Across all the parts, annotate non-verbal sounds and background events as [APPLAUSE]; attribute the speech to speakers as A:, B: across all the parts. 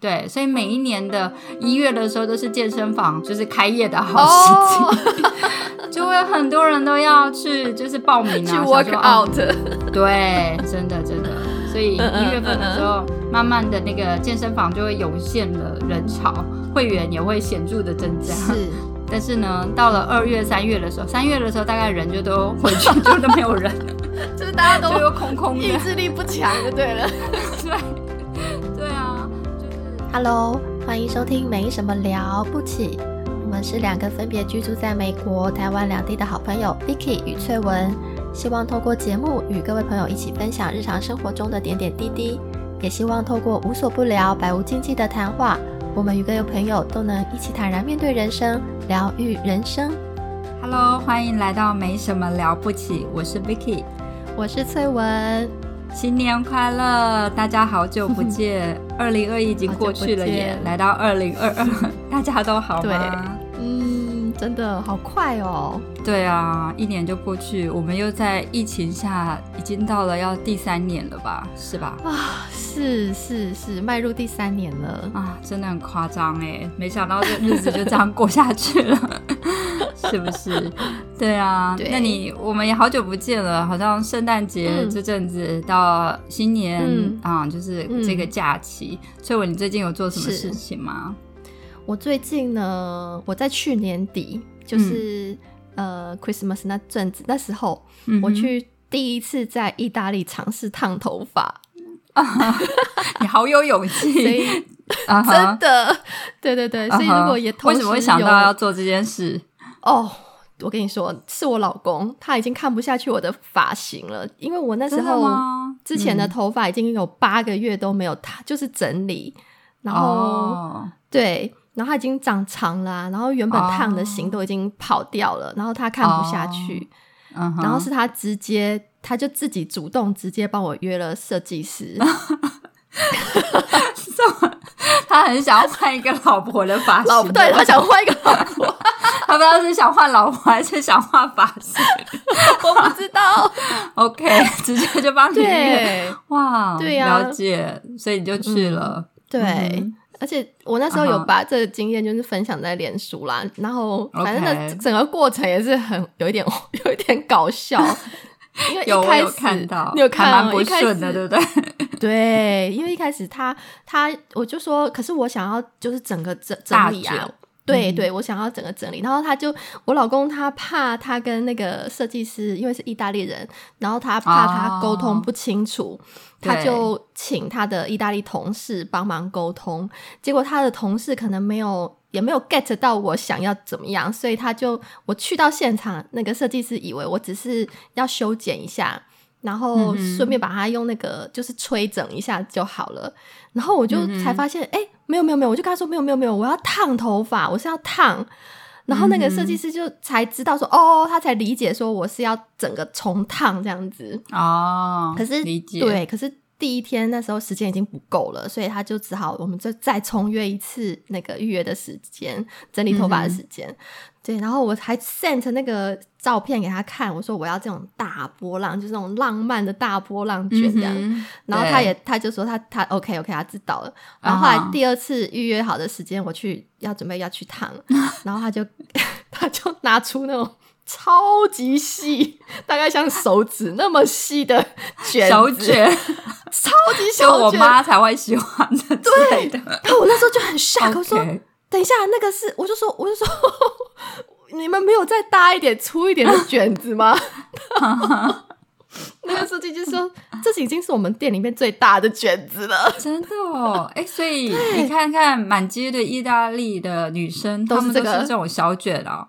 A: 对，所以每一年的一月的时候都是健身房就是开业的
B: 哦
A: 好时机 [LAUGHS] 就会很多人都要去就是报名
B: 去
A: 啊，
B: work
A: 想说哦
B: out，
A: 对，真的真的，所以一
B: 嗯嗯
A: 月份的时候，慢慢的那个健身房就会涌现了人潮，会员也会显著的增加。
B: 是
A: 但是呢，到了二月、三月的时候，三月的时候大概人就都回去，就都没有人，
B: 就是大家 [LAUGHS]
A: 就
B: 都
A: 又空空的
B: 意。志力不强就对了。
A: 对，对啊，就是。
C: Hello，欢迎收听《没什么了不起》，我们是两个分别居住在美国、台湾两地的好朋友 Vicky 与翠文，希望透过节目与各位朋友一起分享日常生活中的点点滴滴，也希望透过无所不聊、百无禁忌的谈话，我们与各位朋友都能一起坦然面对人生，疗愈人生。
A: Hello，欢迎来到没什么了不起，我是 Vicky，
C: 我是翠文，
A: 新年快乐，大家好久不
C: [LAUGHS]
A: 见，二零二一已经过去了
C: 好久
A: 耶
C: 不，见
A: 来到二零二二， [LAUGHS] 大家都好吗？
C: 嗯，真的好快哦，
A: 对啊，一年就过去，我们又在疫情下已经到了要第三年了吧，是吧？
C: 啊，是是是，迈入第三年了。
A: 啊，真的很夸张哎，没想到这日子就这样过下去了， [LAUGHS] 是不是？对啊，
C: 对
A: 那你我们也好久不见了，好像圣诞节
C: 嗯
A: 这阵子到新年
C: 嗯
A: 啊、就是这个假期。翠文，你最近有做什么事情吗？
C: 我最近呢，我在去年底，就是、呃 Christmas 那阵子，那时候、
A: 嗯嗯哼
C: 我，去第一次在意大利尝试烫头
A: [LAUGHS]
C: 发，
A: 嗯你好有勇
C: 所
A: 气
C: 以
A: [LAUGHS] 啊
C: 真
A: 哈！
C: 的，对对对，
A: 啊
C: 所以如
A: 哈
C: 果也同
A: 为
C: 时
A: 什么会想
C: 有
A: 到要做这件事？
C: 哦。我跟你说，是我老公，他已经看不下去我的发型了，因为我那时
A: 真的
C: 候
A: 吗？
C: 之前的
A: 嗯
C: 头发已经有八个月都没有烫，就是整理，然后、
A: 哦
C: 对，然后它已经长长啦、然后原本烫的
A: 哦
C: 型都已经跑掉了，然后他看不下去，
A: 嗯哼
C: 然后是他直接，他就自己主动直接帮我约了设
A: [LAUGHS]
C: 计师，
A: 哦他很想要换一个老婆的发型，
C: 老婆对他想换一个 [LAUGHS] 老婆，
A: 他不知道是想换老婆还是想换发型。
C: 我不知
A: [LAUGHS]
C: 道，
A: OK，直接就帮你约。
C: 对
A: 哇，
C: 对呀
A: 了解，所以你就去了。
C: 对。
A: 嗯
C: 而且我那时候
A: 啊
C: 有
A: 哈
C: 把这个经验就是分享在脸书啦，然后
A: OK
C: 反正那整个过程也是很有一点 [LAUGHS] 有一点搞笑，因为
A: 有
C: 一
A: 我
C: 开始
A: 有看到，
C: 你有看哦
A: 还
C: 到
A: 蛮不顺的，对不对？ [LAUGHS]
C: 对，因为一开始他他我就说，可是我想要就是整个整
A: 大
C: 整理啊
A: 卷，
C: 对
A: 嗯
C: 对，我想要整个整理。然后他就我老公他怕他跟那个设计师，因为是意大利人，然后他怕他沟通不清楚，
A: 哦
C: 他
A: 对
C: 就请他的意大利同事帮忙沟通。结果他的同事可能没有。也没有 get 到我想要怎么样，所以他就我去到现场，那个设计师以为我只是要修剪一下，然后
A: 嗯哼
C: 顺便把它用那个就是吹整一下就好了。然后我就
A: 嗯
C: 才发现，哎、没有没有没有，我就跟他说没有没有没有，我要烫头发，我是要烫。然后那
A: 嗯
C: 个设计师就才知道说，哦，他才理解说我是要整个重烫这样子。
A: 哦，
C: 可是
A: 理解，
C: 对，可是第一天那时候时间已经不够了，所以他就只好我们就再重约一次那个预约的时间，整理头发的
A: 嗯
C: 时间。对，然后我还 sent 那个照片给他看，我说我要这种大波浪，就是那种浪漫的大波浪卷这样。
A: 嗯哼
C: 然后他
A: 对
C: 也他就说他他 OK OK 他知道了。
A: 啊
C: 然后后来第二次预约好的时间，我去要准备要去
A: [LAUGHS]
C: 烫，然后他就 [LAUGHS] 他就拿出那种超级细，大概像手指那么细的卷子
A: 手，
C: [LAUGHS]
A: 卷，
C: 超级
A: 就
C: 小
A: 我
C: 卷。
A: 妈才会喜欢的之类的。
C: 然后我那时候就很 shock，我说
A: OK
C: 等一下那个是，我就说我就说 [LAUGHS] 你们没有再大一点粗一点的卷子
A: [LAUGHS]
C: 吗？ [LAUGHS] 那个设计就说：“这已经是我们店里面最大的卷子了。”
A: [LAUGHS] 真的哦，哎，所以你看看满街的意大利的女生，
C: 都
A: 她
C: 是
A: 们都
C: 这个
A: 是这种小卷哦，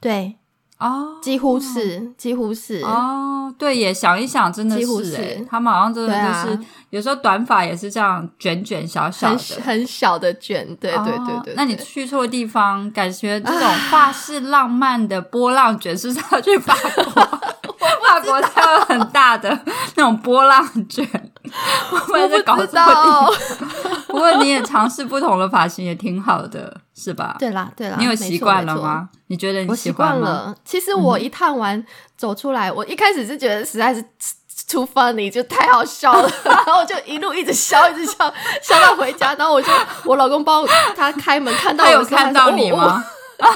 C: 对，
A: 哦，
C: 几乎是，几乎是，
A: 哦，对耶，想一想真的
C: 几乎
A: 是哎
C: 是，
A: 他们好像真的
C: 对啊
A: 就是、有时候短发也是这样卷卷小小
C: 很
A: 的。
C: 很小的卷，对对对对
A: 哦那你
C: 对啊
A: 去错地方，感觉这种法式浪漫的波浪卷是不是要去法
C: [LAUGHS]
A: 国，法国才有很大的那种波浪卷。我
C: 我
A: 们在搞
C: 不
A: 错
C: 知
A: 地方
C: 道，
A: 不过你也尝试不同的发型，也挺好的，是吧？
C: 对啦对啦，啊
A: 你有
C: 没
A: 习
C: 错
A: 惯了？
C: 没错
A: 吗？你觉得你
C: 我
A: 喜
C: 习
A: 欢
C: 惯
A: 吗？嗯
C: 了。其实我一烫完走出来，我一开始是觉得实在是 too funny，就太好笑了， [LAUGHS] 然后我就一路一直笑，一直笑，笑到回家，然后我就我老公帮我他开门看到
A: 他
C: 我
A: 有
C: 的时候
A: 看到你？
C: 他说哦
A: 吗？
C: 哦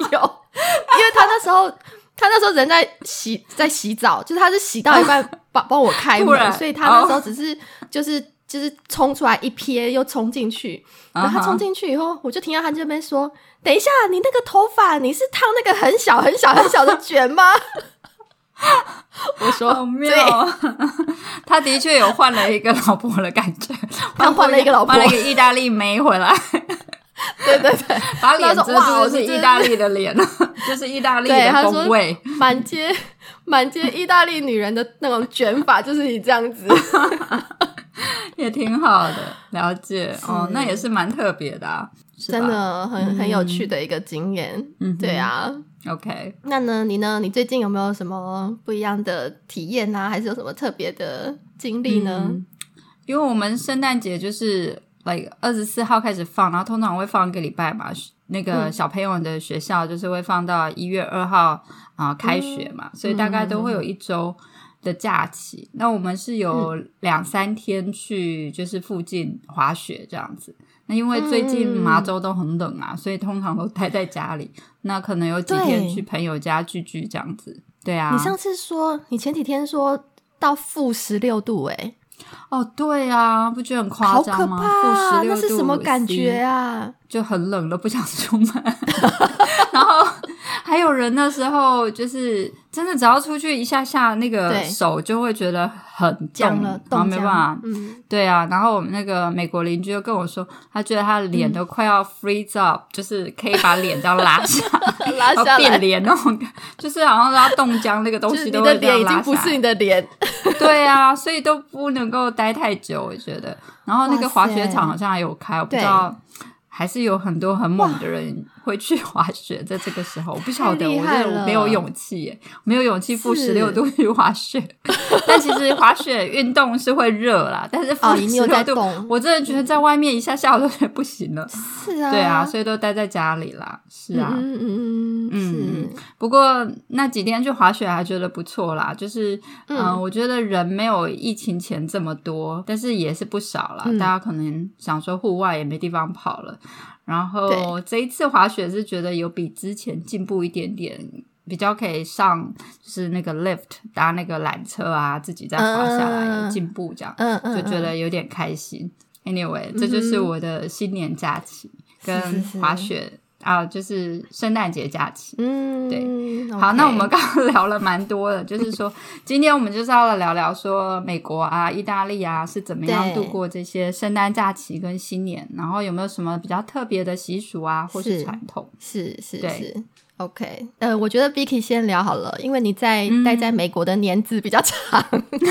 C: [LAUGHS] 有，因为他那时候他那时候人在洗在洗澡，就是他是洗到
A: [LAUGHS]
C: 一半帮帮我开
A: 突然
C: 门，所以他那时
A: 哦
C: 候只是就是。就是冲出来一瞥，又冲进去。然后
A: 啊
C: 他
A: 哈
C: 冲进去以后，我就听到他这边说：“等一下，你那个头发，你是烫那个很小、很小、很小的卷吗？” [LAUGHS] 我说：“
A: 好妙啊！他的确有换了一个老婆的感觉，
C: [LAUGHS] 他换了一个老婆
A: 换了一个意大利妹回来，
C: [LAUGHS] 对对对，
A: [LAUGHS] 把脸遮
C: 他说哇
A: 住
C: 我
A: 就是是
C: 真的
A: 意大利的脸，就是意大利
C: 对他
A: 的
C: 说
A: 风味。
C: 满街满街意大利女人的那种卷发就是你这样子，
A: 也挺好的，了解哦，那也是蛮特别的、啊， [LAUGHS] 是吧嗯
C: 真的很很有趣的一个经验。
A: 嗯哼
C: 对啊，
A: OK，
C: 那呢你呢？你最近有没有什么不一样的体验啊？还是有什么特别的经历呢？
A: 嗯因为我们圣诞节就是 like 二十四号开始放，然后通常会放一个礼拜嘛。那个
C: 嗯
A: 小朋友的学校就是会放到一月二号啊、开学嘛，
C: 嗯
A: 所以大概都会有一周的假期。那我们是有
C: 嗯
A: 两三天去就是附近滑雪这样子。那因为最近
C: 嗯
A: 麻州都很冷啊，所以通常都待在家里。那可能有几天
C: 对
A: 去朋友家聚聚这样子。对啊，
C: 你上次说，你前几天说到负十六度、欸，哎，
A: 哦，对啊，不觉得很夸
C: 好
A: 张
C: 可
A: 吗？
C: 怕
A: 负
C: 啊！
A: 十六
C: 那
A: 度，
C: 是什么感觉？啊？
A: [LAUGHS] 就很冷都不想出门。 [LAUGHS] 然后还有人那时候就是真的，只要出去一下下，那个
C: 对
A: 手就会觉得很
C: 僵
A: 冻，
C: 了，
A: 然后
C: 冻
A: 没
C: 僵
A: 办法。
C: 嗯，
A: [LAUGHS] 对啊，然后我们那个美国邻居就跟我说，他觉得他的
C: 嗯
A: 脸都快要 freeze up，、就是可以把脸这样拉
C: [LAUGHS]
A: 下，
C: 拉
A: 然
C: 下
A: 后变
C: 来，
A: 脸那种感，就是好像拉冻僵那个东
C: 就是
A: 西
C: 你
A: 都会
C: 的
A: 这样
C: 脸已
A: 拉
C: 经不
A: 下来
C: 是你的脸， [LAUGHS]
A: 对啊，所以都不能够待太久，我觉得。然后那个滑雪
C: 哇塞
A: 场好像还有开，我不
C: 对
A: 知道，还是有很多很猛的人会去滑雪，在这个时候，我不晓得，
C: 太厉
A: 我
C: 害
A: 真的
C: 了
A: 没有勇气耶，没有勇气负十
C: 是 [LAUGHS]
A: 六度去滑雪。但其实滑雪运动是会热啦，但是负
C: 哦你你
A: 十
C: 有在
A: 六度，
C: 动
A: 我真的觉得在外面一下下我都觉得不行了。
C: 是啊，
A: 对啊，所以都待在家里啦。是啊，
C: 嗯嗯嗯
A: 嗯
C: 嗯，
A: 不过那几天去滑雪还觉得不错啦，就是、嗯、
C: 嗯
A: 我觉得人没有疫情前这么多，但是也是不少啦。
C: 嗯
A: 大家可能想说户外也没地方跑了，然后
C: 对
A: 这一次滑雪是觉得有比之前进步一点点，比较可以上就是那个 lift 搭那个缆车啊，自己再滑下来、
C: 嗯
A: 有进步这样，
C: 嗯嗯，
A: 就觉
C: 嗯
A: 得有点开心。Anyway，这就是我的新年假期、跟
C: 是是
A: 滑雪啊，就是圣诞节假期。
C: 嗯，
A: 对
C: OK
A: 好，那我们刚刚 [LAUGHS] 聊了蛮多的，就是
C: [LAUGHS]
A: 说，今天我们就是要来聊聊说美国啊、意大利啊是怎么样
C: 对
A: 度过这些圣诞假期跟新年，然后有没有什么比较特别的习俗啊，或是
C: 是
A: 传统？
C: 是是
A: 对
C: 是，OK，呃，我觉得 Vicky 先聊好了，因为你在
A: 嗯
C: 待在美国的年资比较长， [LAUGHS]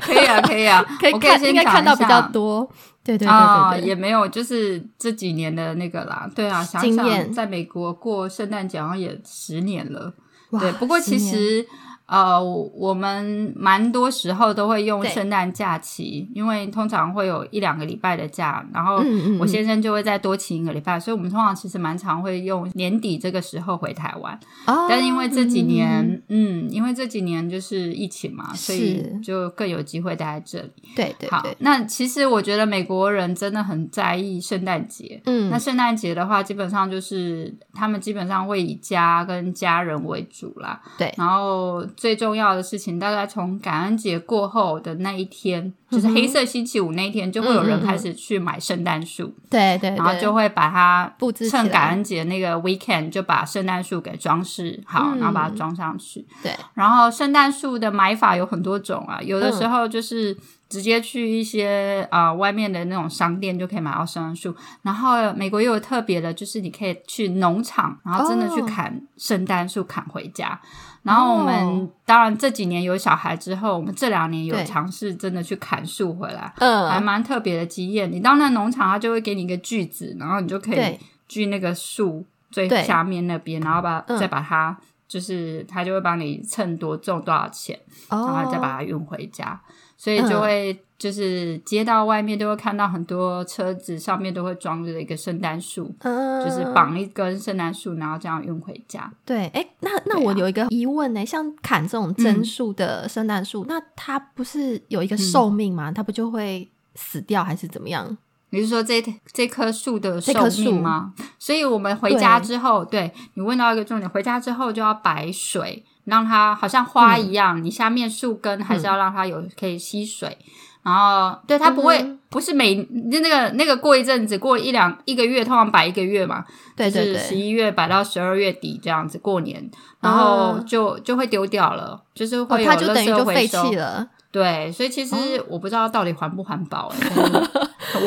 A: 可以啊，可以啊，
C: 可以
A: 我可以
C: 看
A: 先
C: 应该
A: 讲
C: 看到
A: 一
C: 比
A: 下
C: 较多，对对
A: 啊、
C: 对对
A: 也
C: 对，
A: 没有，就是这几年的那个啦，对啊，想
C: 经
A: 想
C: 验
A: 在美国过圣诞节好像也十年了，
C: 哇
A: 对，不过
C: 十
A: 其
C: 年
A: 实呃，我们蛮多时候都会用
C: 对
A: 圣诞假期，因为通常会有一两个礼拜的假，然后
C: 嗯嗯
A: 我
C: 嗯
A: 先生就会再多请一个礼拜，所以我们通常其实蛮常会用年底这个时候回台湾。
C: 哦
A: 但是因为这几
C: 嗯
A: 年，嗯，因为这几年就是疫情嘛，所以
C: 是
A: 就更有机会待在这里。
C: 对对
A: 好
C: 对，，
A: 那其实我觉得美国人真的很在意圣诞节。
C: 嗯，
A: 那圣诞节的话，基本上就是他们基本上会以家跟家人为主啦。
C: 对
A: 然后最重要的事情，大概从感恩节过后的那一天，就是黑色星期五那一天，就会有人
C: 嗯嗯嗯
A: 开始去买圣诞树，
C: 对对，
A: 然后
C: 对
A: 就会把它
C: 布置起
A: 趁感
C: 来
A: 恩节那个 weekend 就把圣诞树给装饰好，
C: 嗯
A: 然后把它装上去。
C: 对，
A: 然后圣诞树的买法有很多种啊，有
C: 嗯
A: 的时候就是直接去一些啊、呃外面的那种商店就可以买到圣诞树。然后美国又有特别的，就是你可以去农场，然后真的去
C: 哦
A: 砍圣诞树砍回家。然后我们、
C: 哦
A: 当然这几年有小孩之后，我们这两年有
C: 对
A: 尝试真的去砍树回来，还
C: 嗯，
A: 蛮特别的经验。你到那农场，它就会给你一个锯子，然后你就可以
C: 对
A: 锯那个树最
C: 对
A: 下面那边，然后把、
C: 嗯
A: 再把它，就是它就会帮你称多重多少钱，然后
C: 哦，嗯
A: 再把它运回家。所以就会就是街道外面都会看到很多车子上面都会装着一个圣诞树，
C: 嗯，
A: 就是绑一根圣诞树，然后这样运回家。
D: 对，哎、那那
A: 对啊
D: 我有一个疑问呢、像砍这种
A: 嗯
D: 真树的圣诞树，那它不是有一个
A: 嗯
D: 寿命吗？它不就会死掉还是怎么样？
A: 你是说这这棵树的寿
D: 这棵树
A: 命吗？所以我们回家之后，对你问到一个重点，回家之后就要摆水，让它好像花一
D: 嗯
A: 样，你下面树根还是要让它有可以吸水。然后，对它不会、
D: 嗯
A: 不是每那那个那个过一阵子，过一两一个月，通常摆一个月嘛，
D: 对
A: 就
D: 对
A: 是十
D: 对，
A: 一月摆到十二月底这样子过年，然后
D: 啊
A: 就、就会丢掉了，就是
D: 哦
A: 会，有
D: 它就等于
A: 垃圾
D: 就
A: 回
D: 废
A: 收
D: 弃了。
A: 对，所以其
D: 哦
A: 实我不知道到底环不环保、欸，但 是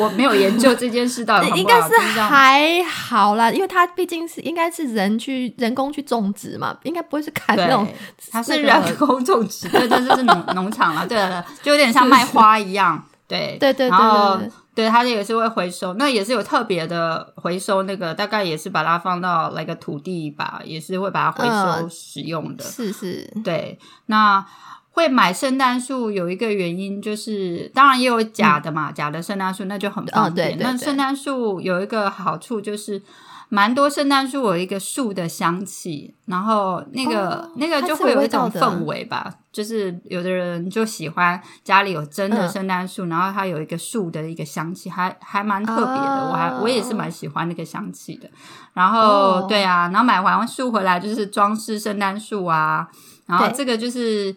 D: [LAUGHS]
A: 我没有研究这件事到底环
D: 应
A: 不环
D: 该
A: 保，
D: 是
A: 就是这样。
D: 还好啦，因为它毕竟是应该是人去人工去种植嘛，应该不会是砍那种
A: 对，它
D: 那
A: 是
D: 个
A: 人工 [LAUGHS] 种植，对，这就是农农场啊了，对对对，就有点像卖花一样，对
D: 对对对
A: 然后
D: 对对
A: 对它也是会回收，那也是有特别的回收，那个大概也是把它放到那个土地吧，也是会把它回收
D: 嗯
A: 使用的，
D: 是是，
A: 对，那会买圣诞树有一个原因就是，当然也有假的嘛，假的圣诞树那就很方
D: 嗯哦
A: 便。
D: 对对
A: 那
D: 对
A: 圣诞树有一个好处就是。蛮多圣诞树有一个树的香气，然后那个、
D: 哦
A: 那个
D: 它
A: 就是会
D: 有
A: 有
D: 味
A: 一种
D: 道的
A: 氛围吧，就是有的人就喜欢家里有真的
D: 嗯
A: 圣诞树，然后它有一个树的一个香气，还还蛮特别的，我还我也是蛮喜欢那个香气的。然后、
D: 哦
A: 对啊，然后买完树回来就是装饰圣诞树啊，然后
D: 对
A: 这个就是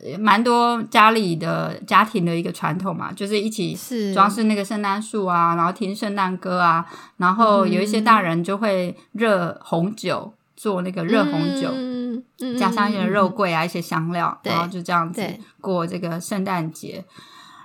A: 呃蛮多家里的家庭的一个传统嘛，就是一起
D: 是
A: 装饰那个圣诞树啊，然后听圣诞歌啊，然后有一
D: 嗯
A: 些大人就会热红酒，做那个热红酒。
D: 嗯嗯
A: 加上一些
D: 嗯嗯
A: 肉桂啊，一些香料，
D: 对
A: 然后就这样子
D: 对
A: 过这个圣诞节。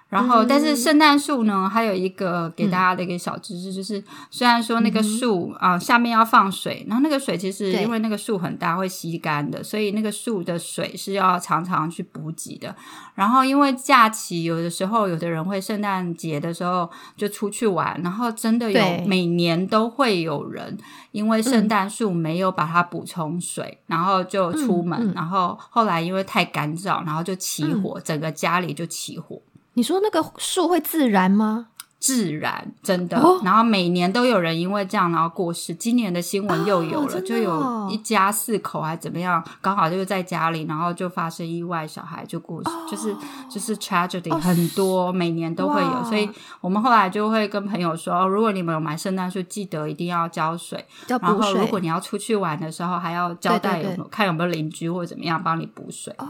A: 然后，
D: 嗯
A: 但是圣诞树呢，还有一个给大家的一个小知
D: 嗯
A: 识，就是虽然说那个树啊、下面要放水，然后那个水其实
D: 对
A: 因为那个树很大会吸干的，所以那个树的水是要常常去补给的。然后因为假期，有的时候有的人会圣诞节的时候就出去玩，然后真的
D: 对嗯
A: 有每年都会有人因为圣诞树没有把它补充水，然后就出门，
D: 嗯嗯嗯
A: 然后后来因为太干燥，然后就起火，整个家里就起火。
D: 你说那个树会自燃吗？
A: 自然真的，
D: 哦
A: 然后每年都有人因为这样然后过世。今年的新闻又有了，
D: 哦真的
A: 就有
D: 哦
A: 一家四口还怎么样，刚好就是在家里，然后就发生意外，小孩就过世，就是就是 tragedy、
D: 哦
A: 很多，每年都会有。
D: 哇
A: 所以我们后来就会跟朋友说，哦、如果你们有买圣诞树，记得一定要浇水。
D: 要
A: 然
D: 补
A: 后
D: 水
A: 如果你要出去玩的时候，还要交代有
D: 对对
A: 没有看有没有邻居或者怎么样帮你补水。
D: 哦，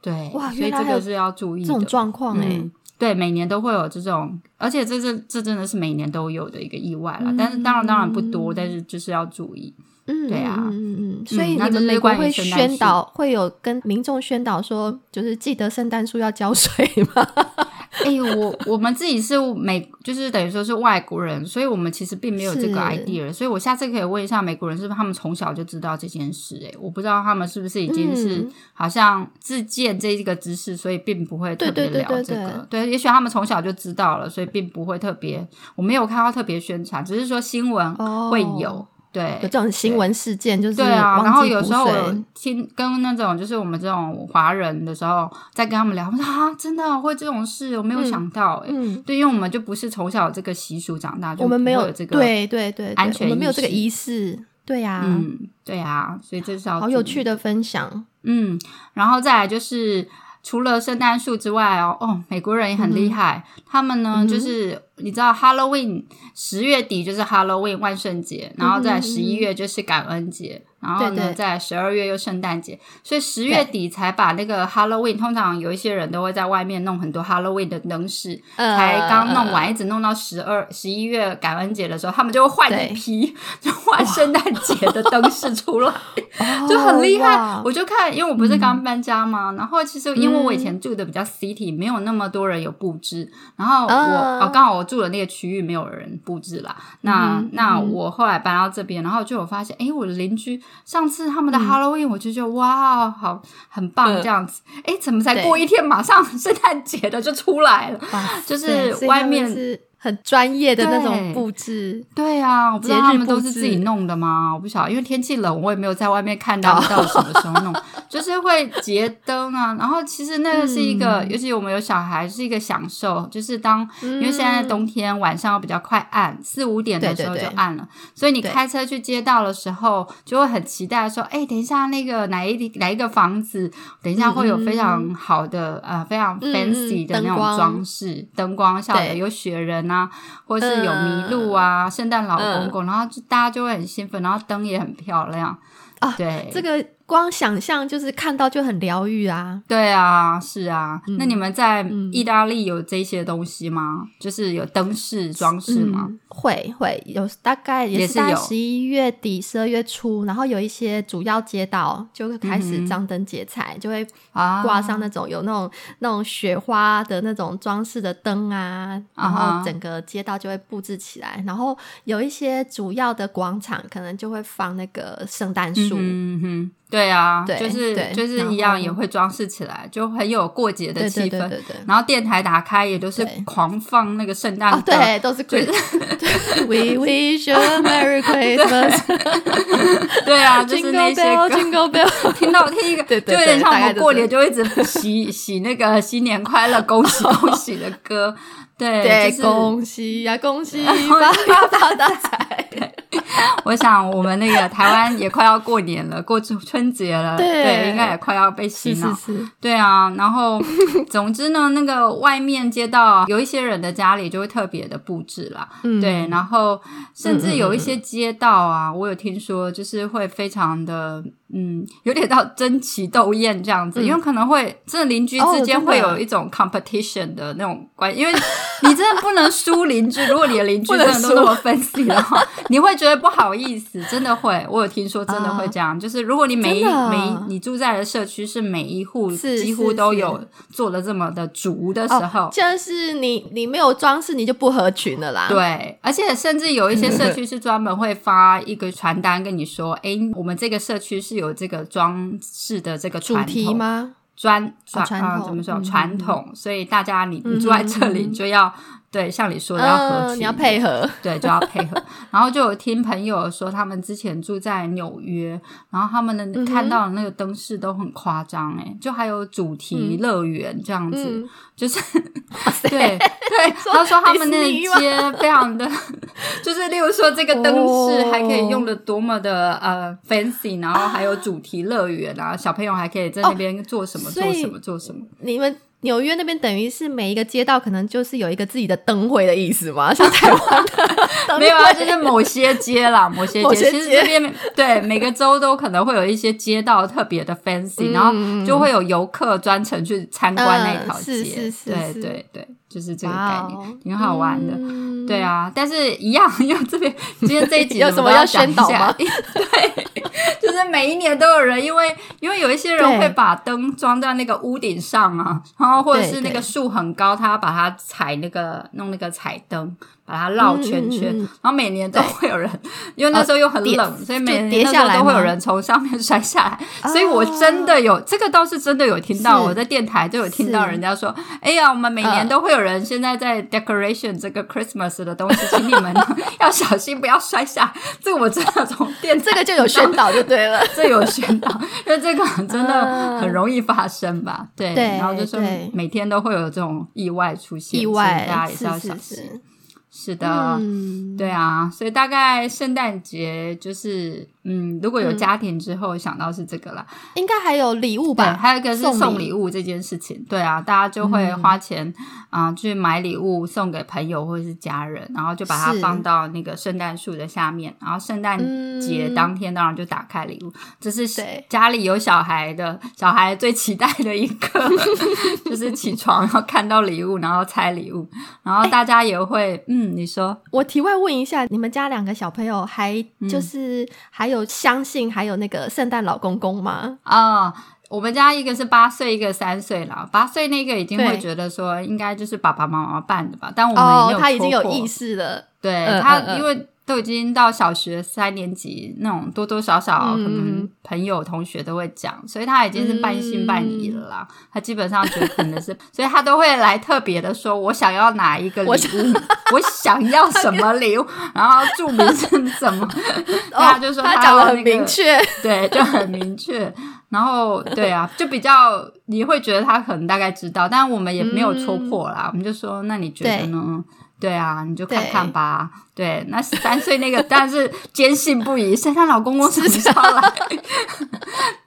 A: 对，
D: 哇
A: 所
D: 原
A: 以
D: 来
A: 这
D: 还
A: 个
D: 有
A: 是要注意
D: 这
A: 的。
D: 种状况哎、
A: 嗯，对，每年都会有这种，而且这这这真的是每年都有的一个意外啦。
D: 嗯
A: 但是当然当然不多，但是就是要注意。
D: 嗯，
A: 对啊
D: 嗯嗯嗯，所以
A: 那
D: 你
A: 这
D: 们
A: 是
D: 美国
A: 关于
D: 会
A: 圣诞
D: 宣导，会有跟民众宣导说，就是记得圣诞树要浇水吗？
A: 哎、我我们自己是美，就是等于说是外国人，所以我们其实并没有这
D: 是
A: 个 idea。所以我下次可以问一下美国人，是不是他们从小就知道这件事、哎，我不知道他们是不是已经是
D: 嗯
A: 好像自建这一个知识，所以并不会特别
D: 对对对
A: 聊这个。
D: 对
A: 对也许他们从小就知道了，所以并不会特别。我没有看到特别宣传，只是说新闻
D: 哦
A: [LAUGHS] 会有。对，
D: 有这种新闻事件，就是
A: 对啊，
D: 忘
A: 然后
D: 记
A: 有
D: 补
A: 时候
D: 水
A: 我听跟那种就是我们这种华人的时候，在跟他们聊，我说啊，真的哦会这种事，我没有
D: 嗯
A: 想到哎、欸
D: 嗯，
A: 对，因为我们就不是从小有这个习俗长大，就
D: 我们
A: 不
D: 没
A: 会有
D: 有
A: 这个，
D: 对对对，对
A: 安全
D: 我们没有
A: 意
D: 这个
A: 识
D: 仪式，对呀、啊，
A: 嗯，对啊，所以这是要
D: 好有
A: 注意
D: 趣的分享，
A: 嗯，然后再来就是除了圣诞树之外哦，哦，美国人也很厉害，他们呢、
D: 嗯嗯哼
A: 就是你知道 Halloween 十月底就是 Halloween 万圣节，然后在
D: 嗯哼
A: 十一月就是感恩节，然后
D: 对
A: 呢
D: 对
A: 在十二月又圣诞节，所以十月
D: 对
A: 底才把那个 Halloween，通常有一些人都会在外面弄很多 Halloween 的灯饰，
D: 呃
A: 嗯才刚弄完，一直弄到十二十一月感恩节的时候，他们就会换
D: 对
A: 一批，就换圣诞节的灯饰出来。
C: 呃
A: 就很厉害
D: 哦。
A: 我就看，因为我不是刚搬家
D: 嗯
A: 嘛，然后其实因为我以前住的比较 city，没有那么多人有布置，然后我
D: 啊
A: 哦刚好我住的那个区域没有人布置啦。那
D: 嗯哼
A: 那
D: 嗯哼
A: 我后来搬到这边，然后就有发现，哎诶，我的邻居上次他们的 Halloween，我就觉得哇，好很棒
D: 嗯
A: 这样子。哎诶，怎么才
D: 对
A: 过一天，马上圣诞节的就出来了？
D: 哇塞，
A: 就是
D: 所以
A: 外
D: 他们
A: 面
D: 是
C: 很专业的那种
A: 对
C: 布置。
A: 对啊，我不知道
C: 节日
A: 他们
C: 布
A: 都是自己
C: 置
A: 弄的吗？我不晓得，因为天气冷，我也没有在外面看他们到底什么时候
C: [LAUGHS]
A: 弄，就是会节灯啊。然后其实那个是一个，
C: 嗯
A: 尤其我们有小孩，是一个享受，就是当因为现在冬天晚上比较快暗，四五点的
C: 对对
A: 时候就
C: 对
A: 暗了，所以你
C: 对
A: 开车去街道的时候，就会很期待说，哎，等一下那个哪一哪一个房子，等一下会有非常好的、呃非常
C: 嗯嗯嗯
A: fancy 的那
C: 灯
A: 种
C: 光
A: 装饰，灯光效果
C: 对
A: 有雪人啊，或是有麋
C: 嗯
A: 鹿啊、圣诞老公公，然后就大家就会很兴奋，然后灯也很漂亮
C: 啊
A: 对，
C: 这个光想象就是看到就很疗愈啊。
A: 对啊，是啊。那你们在
C: 嗯
A: 意大利有这些东西吗？就是有灯饰装饰吗？
C: 嗯？会会有，大概也
A: 也
C: 是
A: 是
C: 大概
A: 有
C: 十一月底、十二月初，然后有一些主要街道就会开
A: 嗯
C: 始
A: 哼
C: 张灯结彩，就会
A: 啊，
C: 挂上那种有那种那种雪花的那种装饰的灯啊，然
A: 啊
C: 后
A: 哈
C: 整个街道就会布置起来。然后有一些主要的广场可能就会放那个圣诞树，
A: 嗯哼，对啊，
C: 对
A: 就是
C: 对
A: 就是
C: 然后
A: 一样也会装饰起来，就很有过节的
C: 对对
A: 气氛。
C: 对对对。
A: 然后电台打开，也都是
C: 对
A: 狂放那个圣诞
C: 哦，
A: 歌，
C: 对，都是 Christmas，We wish you a
A: [LAUGHS]
C: Merry Christmas，
A: 对
C: [LAUGHS]
A: 啊，就是那
C: Jingle
A: 些
C: Bell
A: 歌。
C: Jingle Bell，
A: 听到听一个，
C: 对对对
A: 就有点像
C: 大
A: 我
C: 概
A: 们
C: 就
A: 过
C: 这
A: 年就一直
C: [LAUGHS]
A: 洗洗那个新年快乐、恭喜恭喜的歌， [LAUGHS] 对，
C: 对，
A: 就是
C: 恭喜呀，恭
A: [LAUGHS]
C: 喜发发大财，
A: 我想我们那个台湾也快要过年了，过春春节了，
C: 对
A: 应该也快要被洗
C: 是
A: 脑
C: 是，是，
A: 对啊。然
C: [LAUGHS]
A: 后，总之呢，那个外面街道啊有一些人的家里就会特别的布置啦，
C: 嗯
A: 对，然后甚
C: 嗯嗯
A: 至有一些街道啊，我有听说就是会非常的，嗯，有点到争奇斗艳这样子，
C: 嗯
A: 因为可能会真的邻居
C: 哦
A: 之间
C: 真的
A: 会有一种 competition 的那种关系，因为你真的不能输邻
C: [LAUGHS]
A: 居，如果你的邻居真的都那么 fancy 的话，你会觉得不好意思，真的会，我有听说真的会这样，就是如果你每一
C: 真的啊
A: 每一你住在的社区是每一户
C: 是
A: 几
C: 是哦
A: 乎都
C: 是
A: 有做的这么的足的时候，
C: 就是你你没有装饰，你就不合群了啦。，
A: 对，而且甚至有一
C: [LAUGHS]
A: 些社区是专门会发一个传单跟你说，诶，我们这个社区是有这个装饰的这个
C: 主
A: 传
C: 题
A: 统
C: 吗？哦
A: 专传
C: 传
A: 啊、
C: 统
A: 怎么说
C: 嗯
A: 传统，所以大家你你住
C: 嗯
A: 在这里
C: 嗯
A: 你就要、对，像你说的要合群，
C: 嗯，你要配合。
A: 对，就要配
C: [LAUGHS]
A: 合。然后就有听朋友说，他们之前住在纽约，然后他们的、
C: 嗯哼
A: 看到的那个灯饰都很夸张、诶，就还有主题乐园这样子，
C: 嗯，
A: 就是
C: 哇塞
A: 对对，
C: 说
A: 他说他
C: 迪
A: 们
C: 士
A: 那
C: 尼
A: 街
C: 吗
A: 非常
C: [LAUGHS]
A: 的，就是例如说这个灯饰还可以用
C: 哦
A: 的多么的、呃 fancy，然后还有主题乐园啊，小朋友还可以在那边做什么、
C: 啊所
A: 做
C: 以
A: 什么做什么。
C: 你们纽约那边等于是每一个街道可能就是有一个自己的灯会的意
A: [LAUGHS]
C: 思吗？像台湾的灯会
A: 没有啊，就是某些街啦，
C: [LAUGHS]
A: 某些
C: 呃某
A: 街。
C: 些
A: 其实
C: 街
A: 这边对每个州都可能会有一些街道特别的 fancy，、然后就会有游客专程去参观那
C: 嗯
A: 条街。
C: 是是是
A: 对
C: 是
A: 对对，就是这个概
C: 哇
A: 念，
C: 哦
A: 挺好玩的。
C: 嗯
A: 对啊，但是一样，因为这边今天这一集
C: [LAUGHS] 有
A: 我们
C: 什么
A: 都
C: 要
A: 讲
C: 宣
A: 一
C: 导
A: 下 [LAUGHS]
C: 吗？
A: 对，就是每一年都有人，因为因为有一些
C: 对
A: 人会把灯装在那个屋顶上啊，然后或者
C: 对
A: 是那
C: 对
A: 个树很高，他把它踩那个弄那个彩灯，把它绕圈圈，
C: 嗯嗯嗯嗯
A: 然后每年都会有人，因为那时候又很
C: 跌
A: 冷，所以每
C: 就
A: 年
C: 跌
A: 那
C: 下
A: 时
C: 来
A: 候都会有
C: 吗
A: 人从上面摔下来，
C: 啊
A: 所以我真的有这个倒是真的有听到，
C: 是
A: 我在电台就有听到
C: 是
A: 人家说，哎呀，我们每年
C: 嗯
A: 都会有人现在在 decoration 这个 Christmas 的东西，请你们 [LAUGHS] 要小心不要摔下。这个我真的从电台
C: 这个就有宣导就对
A: [LAUGHS]
C: 了。
A: 这有宣导，因为这个真的
C: 啊
A: 很容易发生吧？对，
C: 对
A: 然后就是
C: 对
A: 每天都会有这种意外出现，
C: 意
A: 所以大
C: 外
A: 家也
C: 是
A: 要小
C: 是
A: 心。呃
C: 是，
A: 是的，
C: 嗯，
A: 对啊，所以大概圣诞节就是，嗯，如果有家庭之后想到是这个啦，
C: 应该还有礼
A: 对，
C: 物吧？
A: 还有一个是
C: 送礼
A: 送礼物这件事情，对啊，大家就会花钱
C: 嗯
A: 啊、去买礼物送给朋友或者是家人，然后就把它
C: 是
A: 放到那个圣诞树的下面，然后圣诞节
C: 嗯
A: 当天当然就打开礼物，这是
C: 对
A: 家里有小孩的小孩最期待的一刻， [LAUGHS] 就是起床然后看到礼物，然后拆礼物，然后大家也会、嗯，你说
C: 我题外问一下，你们家两个小朋友还
A: 嗯
C: 就是还有相信还有那个圣诞老公公吗？
A: 啊。我们家一个是八岁，一个三岁了。八岁那个已经会
C: 对
A: 觉得说，应该就是爸爸妈妈办的吧，但我们也
C: 哦
A: 没有，
C: 他已经
A: 戳
C: 有
A: 破
C: 意识了。
A: 对
C: 嗯
A: 他
C: 嗯，嗯
A: 因为都已经到小学三年级那种，多多少少
C: 嗯
A: 可能朋友同学都会讲，所以他已经是半信半疑了啦。
C: 嗯
A: 他基本上觉得可能
C: [LAUGHS]
A: 是，所以他都会来特别的说，我想要哪一个礼物，
C: 我
A: [LAUGHS] 我
C: 想
A: 想要什么礼物，然后注明是什么，那就说
C: [LAUGHS]
A: [LAUGHS]
C: 他
A: 他
C: 讲的
A: 要
C: 很
A: 那个
C: 明确，
A: [LAUGHS] 对，就很明确。然后对啊，就比较你会觉得他可能大概知道，但我们也没有戳破
C: 嗯
A: 啦，我们就说那你觉得呢？对啊，你就看看吧。对，那十三岁那个但是坚信不疑，圣诞老公公什么时候来？ [LAUGHS]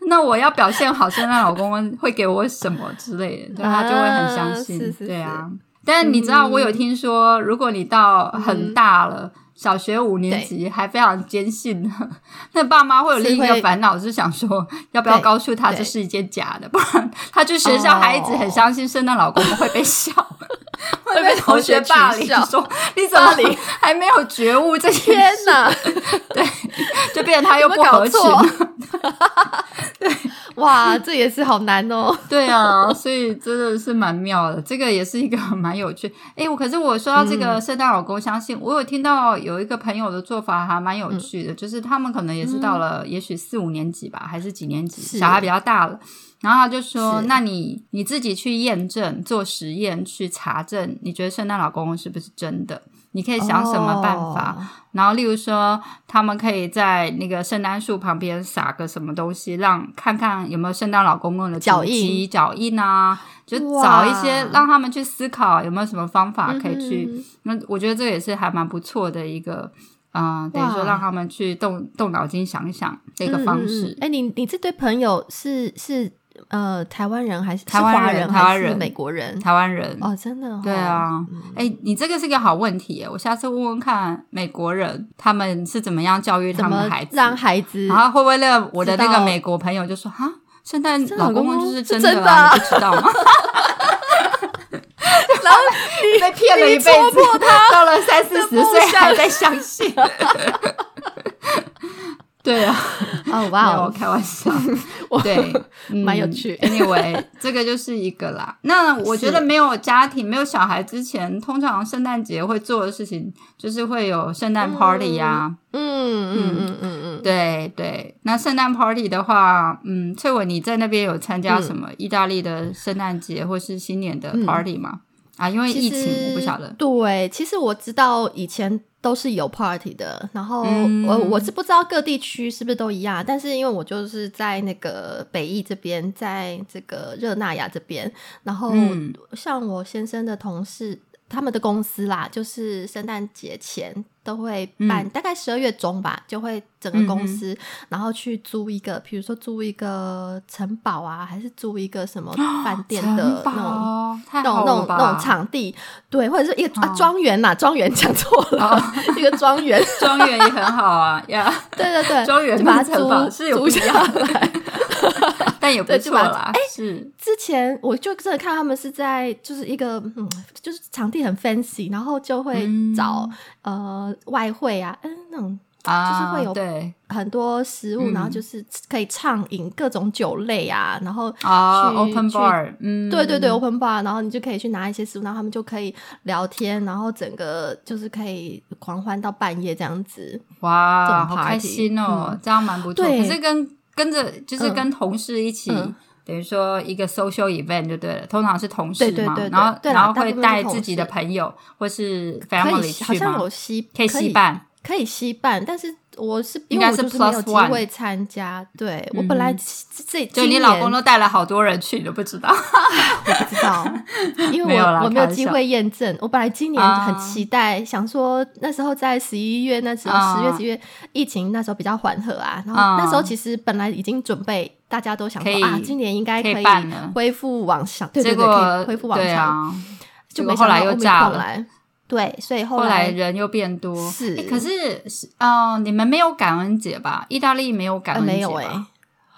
A: 那我要表现好，圣诞老公公会给我什么之类的，对他就会很相信。
C: 啊是是嗯
A: 对啊，但你知道，我有听说，如果你到很大了，小学五年级还非常坚信， [LAUGHS] 那爸妈会有另一
C: 是
A: 个
C: 会
A: 烦恼，是想
C: [LAUGHS]
A: 说要不要告诉他
C: 对哦
A: 这是一件假的，不然 [LAUGHS] 他去学校还一直很相信圣诞老公公会被
C: [LAUGHS]
A: 笑，会
C: 被
A: 被
C: 同
A: 同
C: 学
A: 学
C: 取
A: 霸凌
C: 笑，
A: 说你怎么
C: [LAUGHS] 霸凌
A: 还没有觉悟这些
C: 天哪！
A: 就变成他又
C: 有没有
A: 不合
C: 搞
A: 群，
C: 错？
A: [LAUGHS]
C: 哇，这也是好难哦。
A: [LAUGHS] 对啊，所以真的是蛮妙的，这个也是一个蛮有趣。 [LAUGHS] 诶，我可是我说到这
C: 嗯
A: 个圣诞老公，相信、我有听到有一个朋友的做法还蛮
C: 嗯
A: 有趣的，就是他们可能也是到了也许四五年级吧，还是几年级，
C: 是
A: 小孩比较大了。然后他就说：“
C: 是
A: 那你你自己去验证，做实验去查证，你觉得圣诞老公公是不是真的？你可以哎想什么办法？然后，例如说，他们可以在那个圣诞树旁边撒个什么东西，让看看有没有圣诞老公公的足迹
C: 脚印、
A: 脚印啊，就
C: 哇
A: 找一些让他们去思考有没有什么方法
C: 哦？
A: 可以去。
C: 嗯
A: 那我觉得这也是还蛮不错的一个，嗯、等于说
C: 哇
A: 让他们去动动脑筋想一想这个方式。
C: 嗯嗯嗯哎、你你这对朋友是是呃台湾人还是
A: 台湾人
C: 是华人
A: 台湾
C: 还是
A: 人
C: 美国人？
A: 台湾人
C: 哦，真的、哦。
A: 对啊
C: 嗯，
A: 哎、你这个是个好问题耶，我下次问问看美国人他们是怎么样教育
C: 怎
A: 他们
C: 么
A: 的孩子，啊
C: 让孩子
A: 然后会为了我的那
C: 知道
A: 个美国朋友就说啊，圣诞
C: 圣诞
A: 老
C: 老公
A: 公公
C: 公
A: 就是真
C: 是
A: 的、啊，
C: 真的啊
A: 你不知道吗？
C: [LAUGHS] 然后你
A: 被骗了一辈
C: 你戳
A: 子，到了三四十岁
C: 梦想
A: 还在相
C: [LAUGHS]
A: 信。对啊，
C: 哦
A: 没
C: 哇
A: 有
C: 哦，
A: 开玩笑，
C: 我
A: 对，嗯
C: [LAUGHS] 蛮有趣 [LAUGHS]
A: Anyway，这个就是一个啦。那我觉得没有家庭、没有小孩之前，通常圣诞节会做的事情就是会有圣诞 party 呀、啊。
C: 嗯嗯嗯嗯嗯，
A: 对对，那圣诞 party 的话，嗯，翠文你在那边有参加什
C: 嗯
A: 么意大利的圣诞节或是新年的 party 吗？啊，因为
C: 其
A: 疫情
C: 实
A: 我不晓得。
C: 对，其实我知道以前都是有 party 的，然后我、
A: 嗯
C: 我是不知道各地区是不是都一样，但是因为我就是在那个北意这边，在这个热那亚这边，然后
A: 嗯
C: 像我先生的同事。他们的公司啦，就是圣诞节前都会办，
A: 嗯
C: 大概十二月中吧，就会整个公司，然后去租一个，比如说租一个城堡啊，还是租一个什么饭店的
A: 啊城堡太
C: 那种那种
A: 好
C: 那
A: 了
C: 种
A: 吧！
C: 那种场地，对，或者是一个、啊
A: 哦
C: 庄园呐，庄园讲错了，
A: 哦
C: [LAUGHS] 一个庄园，
A: [LAUGHS] 庄园也很好
C: [LAUGHS]
A: 啊，呀，
C: 对对对，
A: 庄园
C: 就把它
A: 跟城堡
C: 租
A: 是有
C: 租
A: 不一
C: 下
A: 样
C: 来。
A: [LAUGHS]
C: [LAUGHS]
A: 但也不
C: 对就
A: 错
C: 把哎
A: 啦。是，
C: 之前我就真的看他们是在就是一个嗯，就是场地很 fancy，然后就会
A: 嗯
C: 找、呃外汇啊，嗯那种。
A: 啊，
C: 就是会有
A: 对
C: 很多食物，
A: 嗯
C: 然后就是可以畅饮各种酒类啊，然后
A: 啊
C: 去
A: ，open
C: 去
A: bar，嗯，
C: 对对对，open bar，然后你就可以去拿一些食物，然后他们就可以聊天，然后整个就是可以狂欢到半夜这样子。这
A: 哇，
C: 种
A: 好
C: party，
A: 开心哦，
C: 嗯
A: 这样蛮不错。
C: 对
A: 可是跟跟着就是跟同事一起，
C: 嗯
A: 等于说一个 social event 就对了，通常是同事
C: 对
A: 嘛，
C: 对对对
A: 然后
C: 对啦
A: 然后
C: 大部
A: 会
C: 分是
A: 带
C: 同
A: 自己
C: 事
A: 的朋友或是
C: 可
A: family
C: 以，好
A: 去
C: 像
A: 吗
C: 有？吸，
A: 可以
C: 可
A: 吸，办
C: 可以吸办，但是我是因
A: 应
C: 为
A: 该
C: 我
A: 是
C: 就是没有
A: plus
C: 机
A: one 嗯
C: 会参加。对我本来这
A: 就你老公都带了好多人去，你都不知道。
C: 我不知道，
A: [LAUGHS]
C: 因为
A: 没有啦
C: 我我没有
A: 开玩
C: 机
A: 笑
C: 会验证。我本来今年
A: 啊
C: 很期待，想说那时候在十一月那时候，
A: 啊
C: 十月十月疫情那时候比较缓和啊，然后
A: 啊
C: 那时候其实本来已经准备，大家都想
A: 可
C: 说
A: 以
C: 啊，今年应该
A: 可以
C: 以
A: 办了
C: 恢复往上，对
A: 结
C: 对对，可以
A: 果
C: 恢复往
A: 对
C: 上，
A: 啊，结
C: 就没
A: 果后
C: 想到
A: 来又炸
C: Omicron
A: 了，
C: 来，对，所以后
A: 后来
C: 来
A: 人又变多。
C: 是
A: 诶可是是哦，你们没有感恩节吧？意大利没有感
C: 呃
A: 恩节吧？
C: 没有哎，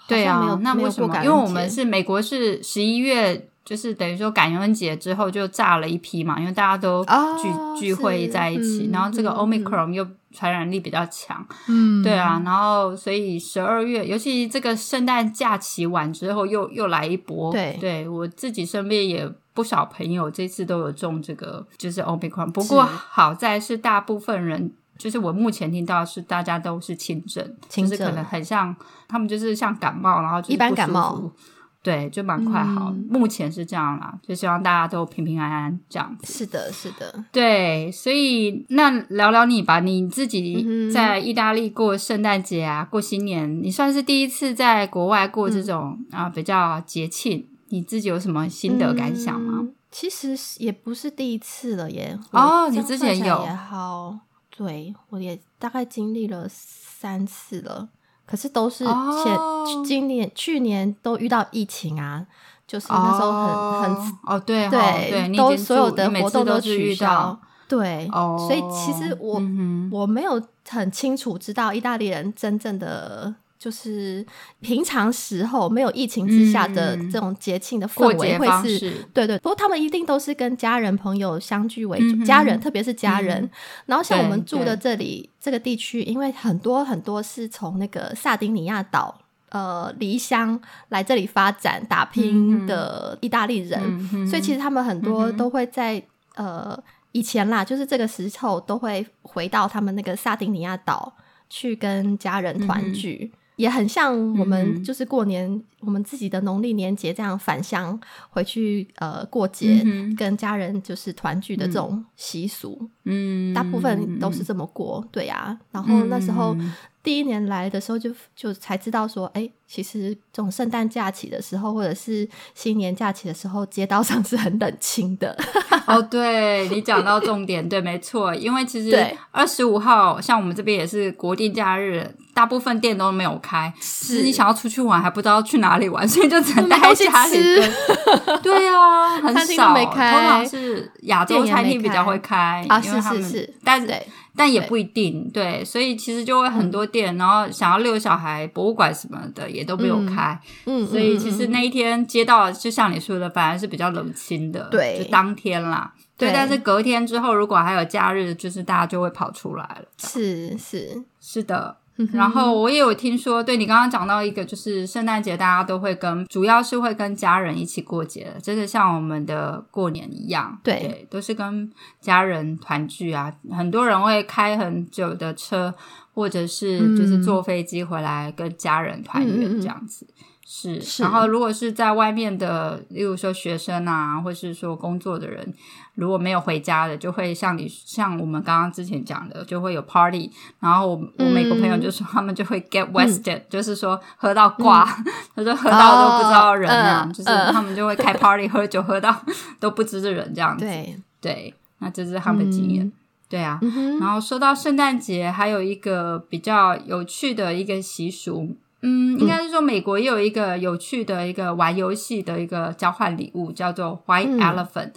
A: 对
C: 好像没有
A: 啊，那
C: 没有
A: 为什
C: 过
A: 么？
C: 感
A: 因为
C: 恩
A: 我们
C: 节
A: 是美国是十一月，就是等于说感恩节之后就炸了一批嘛，因为大家都
C: 哦
A: 聚、聚会
C: 是
A: 在一起，
C: 嗯
A: 然后这个
C: 嗯
A: Omicron 又传染力比较强，
C: 嗯
A: 对啊，然后所以十二月，尤其这个圣诞假期完之后又又来一波，
C: 对
A: 对我自己身边也。不少朋友这次都有中这个，就是 Omicron。不过
C: 是
A: 好在是大部分人就是我目前听到是大家都是轻症，
C: 轻
A: 就是可
C: 症
A: 能很像他们就是像感冒，然后就是
C: 一般
A: 不舒
C: 感冒
A: 服，对，就蛮快好。
C: 嗯
A: 目前是这样啦，就希望大家都平平安安这样子。
C: 是的，是的，
A: 对，所以那聊聊你吧，你自己
C: 嗯哼
A: 在意大利过圣诞节啊，过新年，你算是第一次在国外过
C: 嗯
A: 这种啊、比较节庆，你自己有什么心得感想吗？
C: 嗯其实是也不是第一次了耶。
A: 哦
C: 我这样
A: 你之前
C: 算起来
A: 有
C: 也好，对我也大概经历了三次了，可是都是前、
A: 哦
C: 今年去年都遇到疫情啊，就是那时候很、很
A: 哦哦对哦
C: 对，
A: 对，你已
C: 都
A: 经
C: 所有
A: 住
C: 的
A: 你每
C: 活
A: 次
C: 动
A: 都是
C: 取
A: 遇到
C: 消，，对，
A: 哦，
C: 所以其实我、
A: 嗯哼
C: 我没有很清楚知道意大利人真正的。就是平常时候没有疫情之下的
A: 嗯
C: 这种节庆的
A: 过
C: 氛围
A: 节
C: 会
A: 方
C: 是
A: 式，
C: 对对，不过他们一定都是跟家人朋友相聚为主，
A: 嗯哼
C: 家人特别是家人。
A: 嗯
C: 然后像我
A: 对
C: 们住
A: 对
C: 的这里这个地区，因为很多很多是从那个萨丁尼亚岛呃离乡来这里发展打拼的意大利人，
A: 嗯哼
C: 所以其实他们很多
A: 嗯哼
C: 都会在、呃以前啦，就是这个时候都会回到他们那个萨丁尼亚岛去跟家人团聚。也很像我
A: 嗯
C: 们
A: 哼
C: 就是过年，我们自己的农历年节这样返乡回去呃过节，
A: 嗯哼
C: 跟家人就是团聚的这种习俗。
A: 嗯，
C: 大部分都是
A: 嗯
C: 这么过，对啊。然后那时候
A: 嗯
C: 第一年来的时候就，就才知道说，哎、其实这种圣诞假期的时候，或者是新年假期的时候，街道上是很冷
A: [LAUGHS]
C: 清的。
A: 哦，对你讲到重点，对，没错，因为其实
C: 对
A: 二十五号像我们这边也是国定假日，大部分店都没有开，就是你想要出去玩还不知道去哪里玩，所以就只能
C: 都
A: 待
C: 没
A: 在
C: 东西
A: 家里。
C: 吃 [LAUGHS]
A: 对对啊，很
C: 餐厅都
A: 少，
C: 没
A: 通常
C: 开
A: 是亚洲
C: 店也
A: 餐
C: 没
A: 厅比较
C: 开
A: 会开
C: 啊，
A: 因
C: 是
A: 为他
C: 是
A: 们
C: 是，
A: 但是
C: 对
A: 但也
C: 对
A: 不一定，对，所以其实就会很多店，然后想要遛小孩，博物馆什么的也都没有开，
C: 嗯，嗯
A: 所以其实
C: 嗯嗯
A: 那一天街道就像你说的，反而是比较冷清的，
C: 对
A: 就当天啦，
C: 对
A: 但是隔天之后如果还有假日，就是大家就会跑出来了，
C: 是是，
A: 是的。
C: 嗯哼
A: 然后我也有听说，对你刚刚讲到一个，就是圣诞节大家都会跟，主要是会跟家人一起过节，真的像我们的过年一样，
C: 对
A: 都是跟家人团聚啊。很多人会开很久的车，或者是就是
C: 嗯
A: 坐飞机回来跟家人团
C: 嗯嗯
A: 圆
C: 嗯
A: 这样子。是，
C: 是
A: 然后如果是在外面的，例如说学生啊，或是说工作的人，如果没有回家的，就会像你像我们刚刚之前讲的，就会有 party。然后我我美国朋
C: 嗯
A: 友就说他们就会 get wasted，、就是说喝到挂， [LAUGHS] 他说喝到都不知道人啊，
C: 嗯哦嗯
A: 就是他们就会开 party 喝酒喝到 [LAUGHS] 都不知人这样子。
C: 对，
A: 对那这是他们的经验。
C: 嗯
A: 对啊，
C: 嗯哼，
A: 然后说到圣诞节，还有一个比较有趣的一个习俗，嗯，应该是说美国也有一个有趣的一个玩游戏的一个交换礼物，叫做 White
C: 嗯
A: Elephant、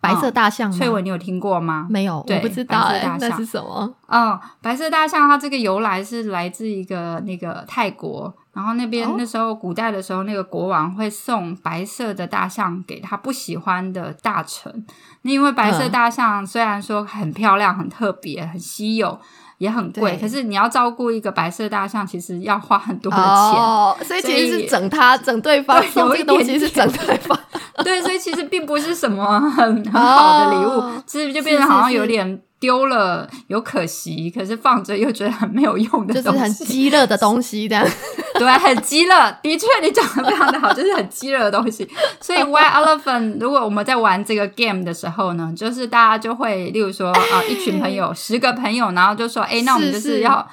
C: 白色大象
A: 嗯
C: 吗，
A: 翠文，你有听过吗？
C: 没有，
A: 对
C: 我不知道
A: 白色
C: 哎、
A: 大
C: 那
A: 象
C: 是什么？
A: 嗯，白色大象它这个由来是来自一个那个泰国，然后那边
C: 哦
A: 那时候古代的时候，那个国王会送白色的大象给他不喜欢的大臣。那因为白色
C: 嗯
A: 大象虽然说很漂亮、很特别、很稀有，也很贵，
C: 对
A: 可是你要照顾一个白色大象，其实要花很多的钱。
C: 哦，所以
A: 所
C: 其实
A: 以
C: 是整他整对方，
A: 对
C: 送
A: 有
C: 这
A: 一
C: 个东
A: 点
C: 西是
A: 点
C: 整对方，
A: 对，所以其实并不是什么很很好的礼物，
C: 哦
A: 其实就变得
C: 是是
A: 好像有
C: 是
A: 点丢了，有可惜，可是放着又觉得很没有用的
C: 就
A: 东西，
C: 是很激热的东西这样。
A: [LAUGHS] 对，很激热，的确你讲的非常的好，就是很激热的东西。所以 White Elephant，如果我们在玩这个 game 的时候呢，就是大家就会，例如说啊、一群朋友，十个朋友，然后就说，哎，那我们就是是
C: 是
A: 要。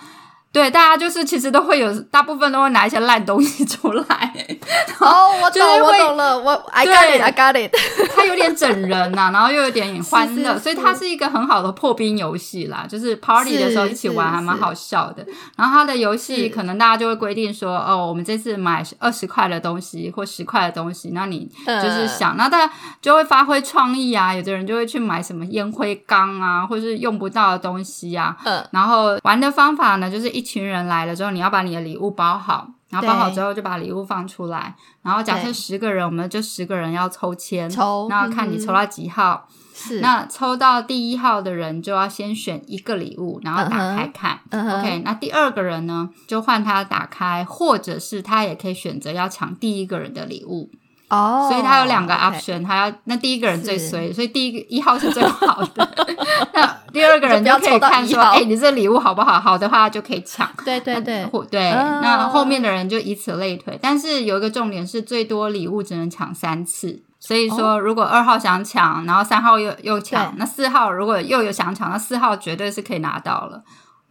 A: 对，大家就是其实都会有，大部分都会拿一些烂东西出来，
C: [LAUGHS] 哦，我
A: 就是
C: 懂，我
A: 会
C: 懂了，我 I
A: 对
C: got it，I got it。 [LAUGHS]
A: 它有点整人呐、然后又有点欢乐，
C: 是是
A: 所以它是一个很好的破冰游戏啦。就是 party
C: 是
A: 的时候一起玩
C: 是
A: 还蛮好笑的。然后它的游戏
C: 是
A: 可能大家就会规定说，哦，我们这次买二十块的东西或十块的东西，那你
C: 呃
A: 就是想，那大家就会发挥创意啊。有的人就会去买什么烟灰缸啊，或是用不到的东西啊。
C: 嗯
A: 然后玩的方法呢，就是一群人来了之后，你要把你的礼物包好，然后包好
C: 对
A: 之后就把礼物放出来。然后假设
C: 对
A: 十个人，我们就十个人要抽签，
C: 抽嗯
A: 那看你抽到几号。
C: 是
A: 那抽到第一号的人就要先选一个礼物，然后打开看。
C: 嗯哼
A: OK，那第二个人呢，就换他打开，或者是他也可以选择要抢第一个人的礼物。
C: 哦，
A: 所以他有两个
C: OK
A: option，他要那第一个人最
C: 是
A: 衰，所以第一个一号是最好的，那 [LAUGHS] 第二个人就
C: 就不要
A: 可以
C: 抽到
A: 看
C: 一
A: 说，
C: 号
A: 哎、你这礼物好不好？好的话就可以抢。
D: 对对对
A: 那，或对，
D: 啊
A: 那后面的人就以此类推。但是有一个重点是，最多礼物只能抢三次。所以说，如果二号想抢，然后三号又又抢
D: 哦对，
A: 那四号如果又有想抢，那四号绝对是可以拿到了。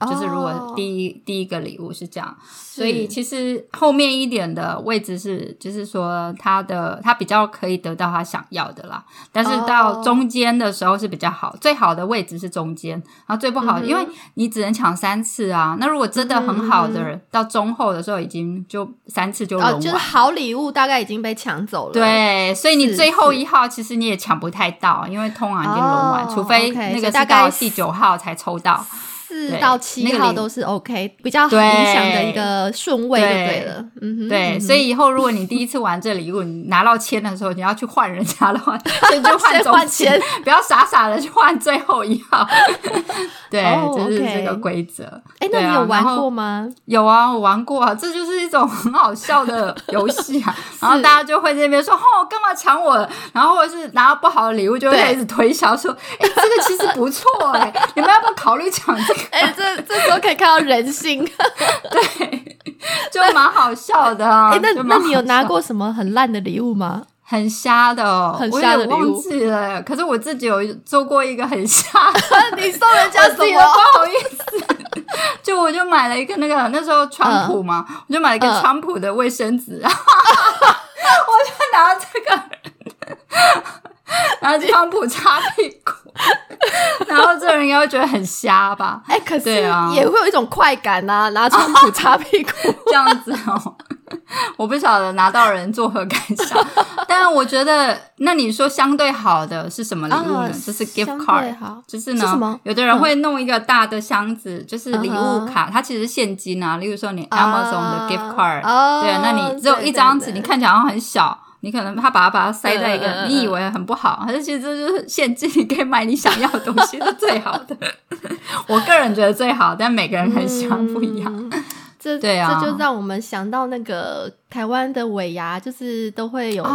A: 就是如果
C: 哦
A: 第一、第一个礼物是这样，所
C: 所
A: 以其实后面一点的位置是，就是说他的他比较可以得到他想要的啦，但是到
C: 哦
A: 中间的时候是比较好，最好的位置是中间，然后最不好，
C: 嗯哼
A: 因为你只能抢三次啊。那如果真的很好的
C: 嗯哼
A: 人，到中后的时候已经就三次就融
C: 哦，
A: 完。
C: 就是好礼物大概已经被抢走了。
A: 对，所以你
C: 是
A: 最后
C: 是
A: 一号其实你也抢不太到，因为通常已经轮完，
C: 哦
A: 除非那
C: OK，所
A: 个
C: 以大
A: 是到
C: 概
A: 第九号才抽到。
C: 四
A: 对
C: 到
A: 那
C: 七
A: 个
C: 号
A: 零
C: 都是 OK，比较理
A: 对
C: 想的一个顺位就对了。嗯哼，
A: 对，
C: 嗯哼
A: 所以以后如果你第一次玩这礼物，你拿到签的时候，你要去换人家的
C: [LAUGHS]
A: 话，先去换
C: 先
A: 中
C: 换
A: 间，不要傻傻的去换最后一
C: [LAUGHS]
A: 号。对，
C: 哦
A: 这是
C: OK
A: 这个规则。
C: 哎，
A: 对
C: 那你
A: 啊
C: 有玩
A: 然后
C: 过吗？
A: 有啊，我玩过啊，这就是一种很好笑的游戏
C: [LAUGHS]
A: 啊。然后大家就会在那边说：“哦，干嘛抢我？”然后或者是拿到不好的礼物，就会
C: 对
A: 开始推销说：“哎、这个其实不错哎、你们要不要考虑抢这个？
C: 哎，这这时候可以看到人 [LAUGHS] 性。
A: 就蛮好笑的啊。
C: [LAUGHS] 哎，那
A: 就蛮
C: 那
A: 好
C: 你有拿
A: 笑
C: 过什么很烂的礼物吗？
A: 很瞎的哦，
C: 很瞎的
A: 我有
C: 礼
A: 点
C: 物
A: 忘记了。可是我自己有做过一个很瞎
C: [LAUGHS]
A: 的，
C: 你送人家
A: 我
C: 什
A: 自己都
C: 么？
A: 不好意思。 [LAUGHS] 就我就买了一个那个那时候川普嘛，我就买了一个
C: 嗯
A: 川普的卫生纸，然后 [LAUGHS] 我就拿这个， [LAUGHS] 然后川普擦屁股， [LAUGHS] 然后这人应该会觉得很瞎吧？
C: 哎，可是
A: 对啊
C: 也会有一种快感
A: [LAUGHS]
C: 呐，拿川普擦屁股。
A: 这样子哦， [LAUGHS] 我不晓得拿到人作何感想，但我觉得，那你说相对好的是什么
C: [LAUGHS]
A: 礼物呢？
C: 啊
A: 就是 gift
C: 相对
A: card，
C: 好
A: 就是
C: 是什
A: 呢
C: 么，嗯
A: 有的人会弄一个大的箱子，就是礼物
C: 嗯哼
A: 卡，它其实是现金啊。例如说你 Amazon 的 gift card，、
C: 啊
A: 对，那你只有一张纸，你，看起来好像很小，你可能他把它把它塞在一
C: 嗯嗯
A: 个
C: 嗯
A: 你以为很不好，可是其实这就是现金，你可以买你想要的东西是最好
C: [LAUGHS]
A: 的。我个人觉得最好，但每个人很喜欢不一样。
C: 嗯。
A: [LAUGHS]
C: 这
A: 对啊
C: 这就让我们想到那个台湾的尾牙，就是都会有
A: 哦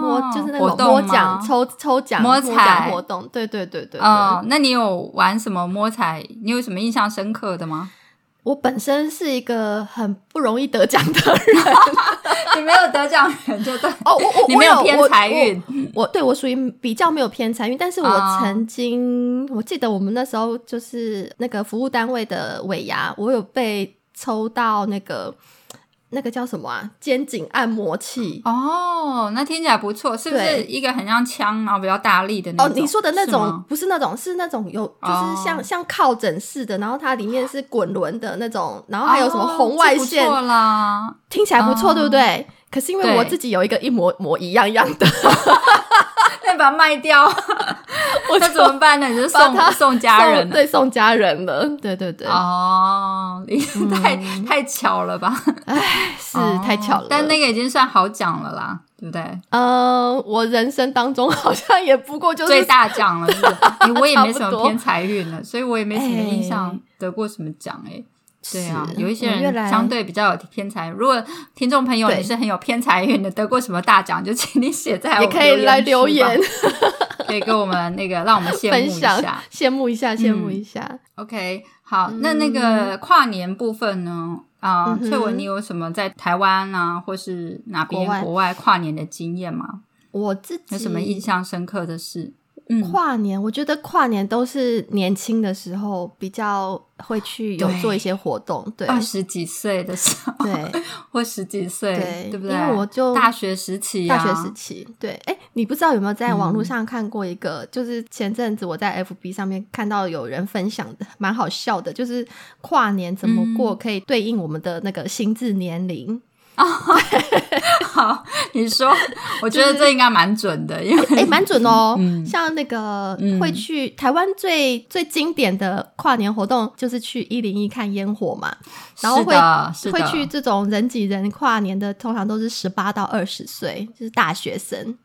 C: 摸，嗯就是那
A: 活
C: 种
A: 动
C: 摸
A: 吗
C: 奖、抽抽奖、
A: 摸
C: 摸
A: 彩
C: 奖活动。对对对对对。
A: 哦，那你有玩什么摸彩？你有什么印象深刻的
C: [LAUGHS]
A: 吗？
C: 我本身是一个很不容易得奖的
A: [LAUGHS]
C: 人
A: 你没有得奖人就对，
C: 哦，我我
A: 你没
C: 有
A: 有偏财运，
C: 我我我对我属于比较没有偏财运，但是
A: 哦
C: 我曾经、我记得我们那时候就是那个服务单位的尾牙，我有被抽到那个那个叫什么啊肩颈按摩器。
A: 哦，那听起来不错，是不是
C: 对
A: 一个很像枪然后比较大力的那
C: 哦，
A: 种？
C: 你说的那
A: 是
C: 种
A: 吗
C: 不是那种，是那种有就是像、
A: 哦
C: 像靠枕式的，然后它里面是滚轮的那种，然后还有什么红外线，
A: 哦这不错啦，
C: 听起来不错，
A: 哦
C: 对不对？可是因为
A: 对
C: 我自己有一个一模模一样样的，
A: 那你把它卖 [LAUGHS] 掉，
C: [LAUGHS] 我
A: 那
C: 就
A: 怎么办呢？你就
C: 把
A: 送
C: 它
A: 送家人啊
C: 送对送家人了，对对对，
A: 哦，你太太巧了吧？
C: 嗯是
A: 哦
C: 太巧了。
A: 但那个已经算好奖了啦，对不对？
C: 呃，我人生当中好像也不过就是
A: 最大奖了，是不是？哎我也没什
C: [LAUGHS] 差不
A: 么
C: 多
A: 偏财运了，所以我也没什么印象
C: 哎
A: 得过什么奖哎、对啊，
C: 是
A: 有一些
C: 我嗯越
A: 人
C: 来
A: 相对比较有偏财。如果听众朋友
C: 对
A: 你是很有偏财运的，得过什么大奖，就请你写在
C: 也
A: 我
C: 可以
A: 言
C: 来
A: 区
C: 留
A: 吧 [LAUGHS]
C: 言，
A: 可以跟我们那个让我们羡
C: 分
A: 慕一
C: 享
A: 下。，嗯
C: 羡慕一下，羡慕一下。
A: OK，好，那那个跨年部分呢？啊、
C: 嗯哼
A: 翠文，你有什么在台湾啊，或是哪边
C: 国外
A: 国外跨年的经验吗？
C: 我自己
A: 有什么印象深刻的事？嗯，
C: 跨年，我觉得跨年都是年轻的时候比较会去有
A: 对啊
C: 做一些活动，对
A: 二十几岁的时候， [LAUGHS]
C: 对，
A: 或十几岁，
C: 对
A: 不对？
C: 因为我就
A: 大学时期、啊，
C: 大学时期，对，哎，你不知道有没有在网
A: 嗯
C: 络上看过一个，就是前阵子我在 FB 上面看到有人分享的，蛮好笑的，就是跨年怎么过
A: 嗯
C: 可以对应我们的那个心智
A: [LAUGHS]
C: 年龄。
A: 好， [LAUGHS] 你说，我觉得
C: 就是
A: 这应该蛮准的，因为
C: 哎、蛮准哦。
A: 嗯
C: 像那个
A: 嗯
C: 会去台湾最最经典的跨年活动，就是去一零一看烟火嘛。 [LAUGHS] 然后
A: 是
C: 会
A: 的，是的
C: 会去这种人挤人跨年的，通常都是十八到二十岁，就是大学生。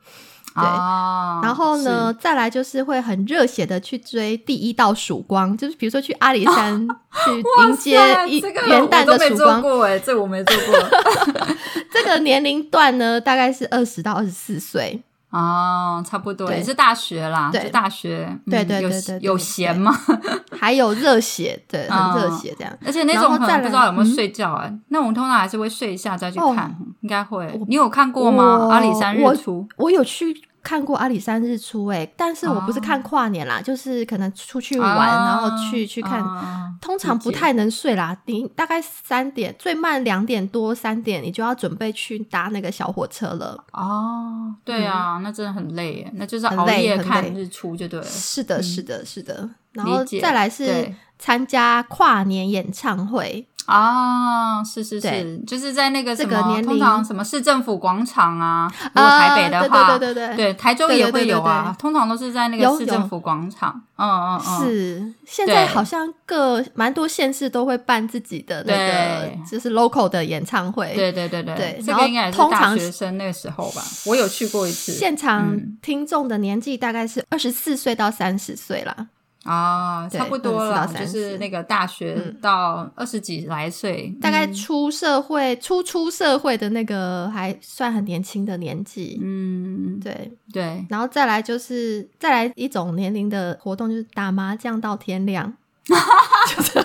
C: 对
A: 哦
C: 然后呢，再来就是会很热血的去追第一道曙光，就是比如说去阿里山去
A: 是
C: 迎接
A: 哦哇塞
C: 一
A: 这个
C: 元旦的
A: 我都没
C: 曙
A: 做
C: 光。
A: 过哎，
C: [LAUGHS]
A: 这我没做过
C: 这个年龄段呢，大概是二十到二十四岁。
A: 哦，差不多
C: 对
A: 也是大学啦，
C: 对
A: 就大学，嗯
C: 对对
A: 有
C: 对对对
A: 有闲吗？ [LAUGHS]
C: 还有热血，对，很热
A: 嗯
C: 血这样。
A: 而且那种
C: 然后
A: 可
C: 再
A: 能不
C: 来
A: 知道有没有
C: 嗯
A: 睡觉哎，那我们通常还是会睡一下再去
C: 哦
A: 看，应该会
C: 我。
A: 你有看过吗？
C: 我
A: 阿里山日出
C: 我有去看过阿里山日出、欸，但是我不是
A: 哦
C: 看跨年啦，就是可能出去玩，
A: 啊
C: 然后去去看。
A: 啊
C: 通常不
A: 理解
C: 太能睡啦，你大概三点，最慢两点多三点，你就要准备去搭那个小火车了。
A: 哦，对啊，那真的很累耶，那就是
C: 嗯很
A: 熬
C: 累
A: 夜
C: 很
A: 看
C: 累
A: 日出就对了。
C: 是的，是的，是的。然
A: 嗯理
C: 后
A: 解
C: 再来是
A: 对
C: 参加跨年演唱会，
A: 啊，是是是
C: 对，
A: 就是在那个
C: 这
A: 什
C: 个
A: 么，
C: 年
A: 通
C: 龄
A: 常什么市政府广场啊，如果
C: 啊
A: 台北的话，
C: 对对对对对
A: 对，嗯台中
C: 对
A: 也
C: 对对
A: 会有
C: 对
A: 啊
C: 对，
A: 通常都是在那个
C: 有
A: 市政
C: 有
A: 府广场。嗯嗯嗯，
C: 是现在
A: 对
C: 好像各蛮多县市都会办自己的那
A: 对
C: 个就是 local 的演唱会，
A: 对对对对
C: 对
A: 这
C: 然后
A: 个应该也是
C: 通
A: 大
C: 常
A: 学生那个时候吧，我有去过一次。
C: 现场
A: 嗯
C: 听众的年纪大概是二十四岁到三十岁啦，
A: 啊，
C: 对
A: 差不多了，
C: 24到
A: 就是
C: 30
A: 那个大学到二十几来岁，
C: 嗯大概
A: 嗯
C: 出社会、初出社会的那个还算很年轻的年纪。
A: 嗯，
C: 对，
A: 对，
C: 然后再来就是再来一种年龄的活动，就是打麻将到天
A: [LAUGHS]
C: 亮，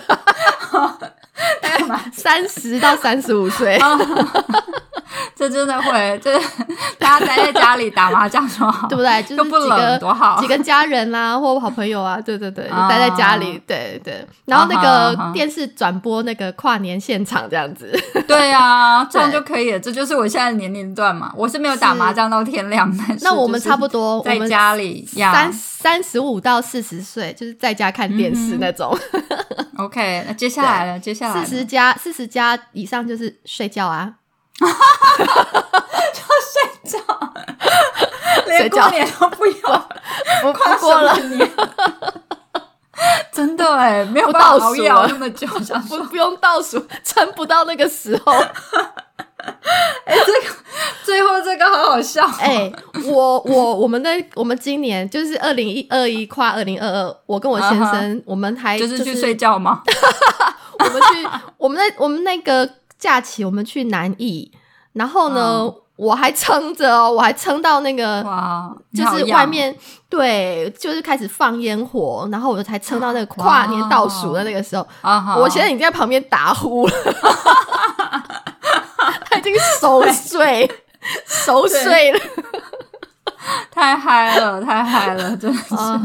C: 就是大概 [LAUGHS] 三十到三十五岁。
A: 哦这真的会，这 [LAUGHS] 大家待在家里打麻将说好，
C: 对不对？就是
A: 又不
C: 几
A: 冷
C: 个
A: 多好
C: 几个家人啦、或好朋友啊，对对对，
A: 啊
C: 待在家里，对对。然后那
A: 啊哈啊哈
C: 个电视转播那个跨年现场这样子，
A: [LAUGHS] 对啊，这样
C: 对
A: 就可以了，这就是我现在的年龄段嘛。我是没有打
C: 是
A: 麻将到天亮，但是
C: 那我们
A: 就是
C: 差不多，我
A: 在
C: 们
A: 家里呀
C: 三三十五到四十岁，就是在家看电视
A: 嗯哼
C: 那种。
A: OK，那接下来了，接下来
C: 四
A: 了 [LAUGHS]
C: 十加四十加以上就是睡觉啊，
A: 连
C: 睡
A: 过
C: 觉
A: 年都不要，
C: 不
A: 跨
C: 不过了
A: 什，么年。 [LAUGHS] 真的哎，没有
C: 不
A: 办法
C: 倒
A: 熬
C: 数
A: 夜熬
C: 了
A: 那么久，想
C: 不
A: 说
C: 不用倒数，撑不到那个时候。
A: 最后这个好好笑。
C: [LAUGHS] 哎、我我我们的我们今年就是二零一二一跨二零二二，我跟我先生
A: 啊哈
C: 我们还
A: 就是去睡觉吗？
C: 我们去，我们那我们那个假期，我们去南艺，然后呢，我还撑着哦，我还撑到那个
A: 哇，你
C: 就
A: 好
C: 是
A: 样
C: 外面对，就是开始放烟火，然后我才撑到那个跨年倒数的那个时候，
A: 啊哈，
C: 我现在已经在旁边打
A: [LAUGHS]
C: 呼了，他已经熟睡。熟睡了，
A: 太嗨了，太嗨
C: [LAUGHS]
A: 了，真的是。
C: 啊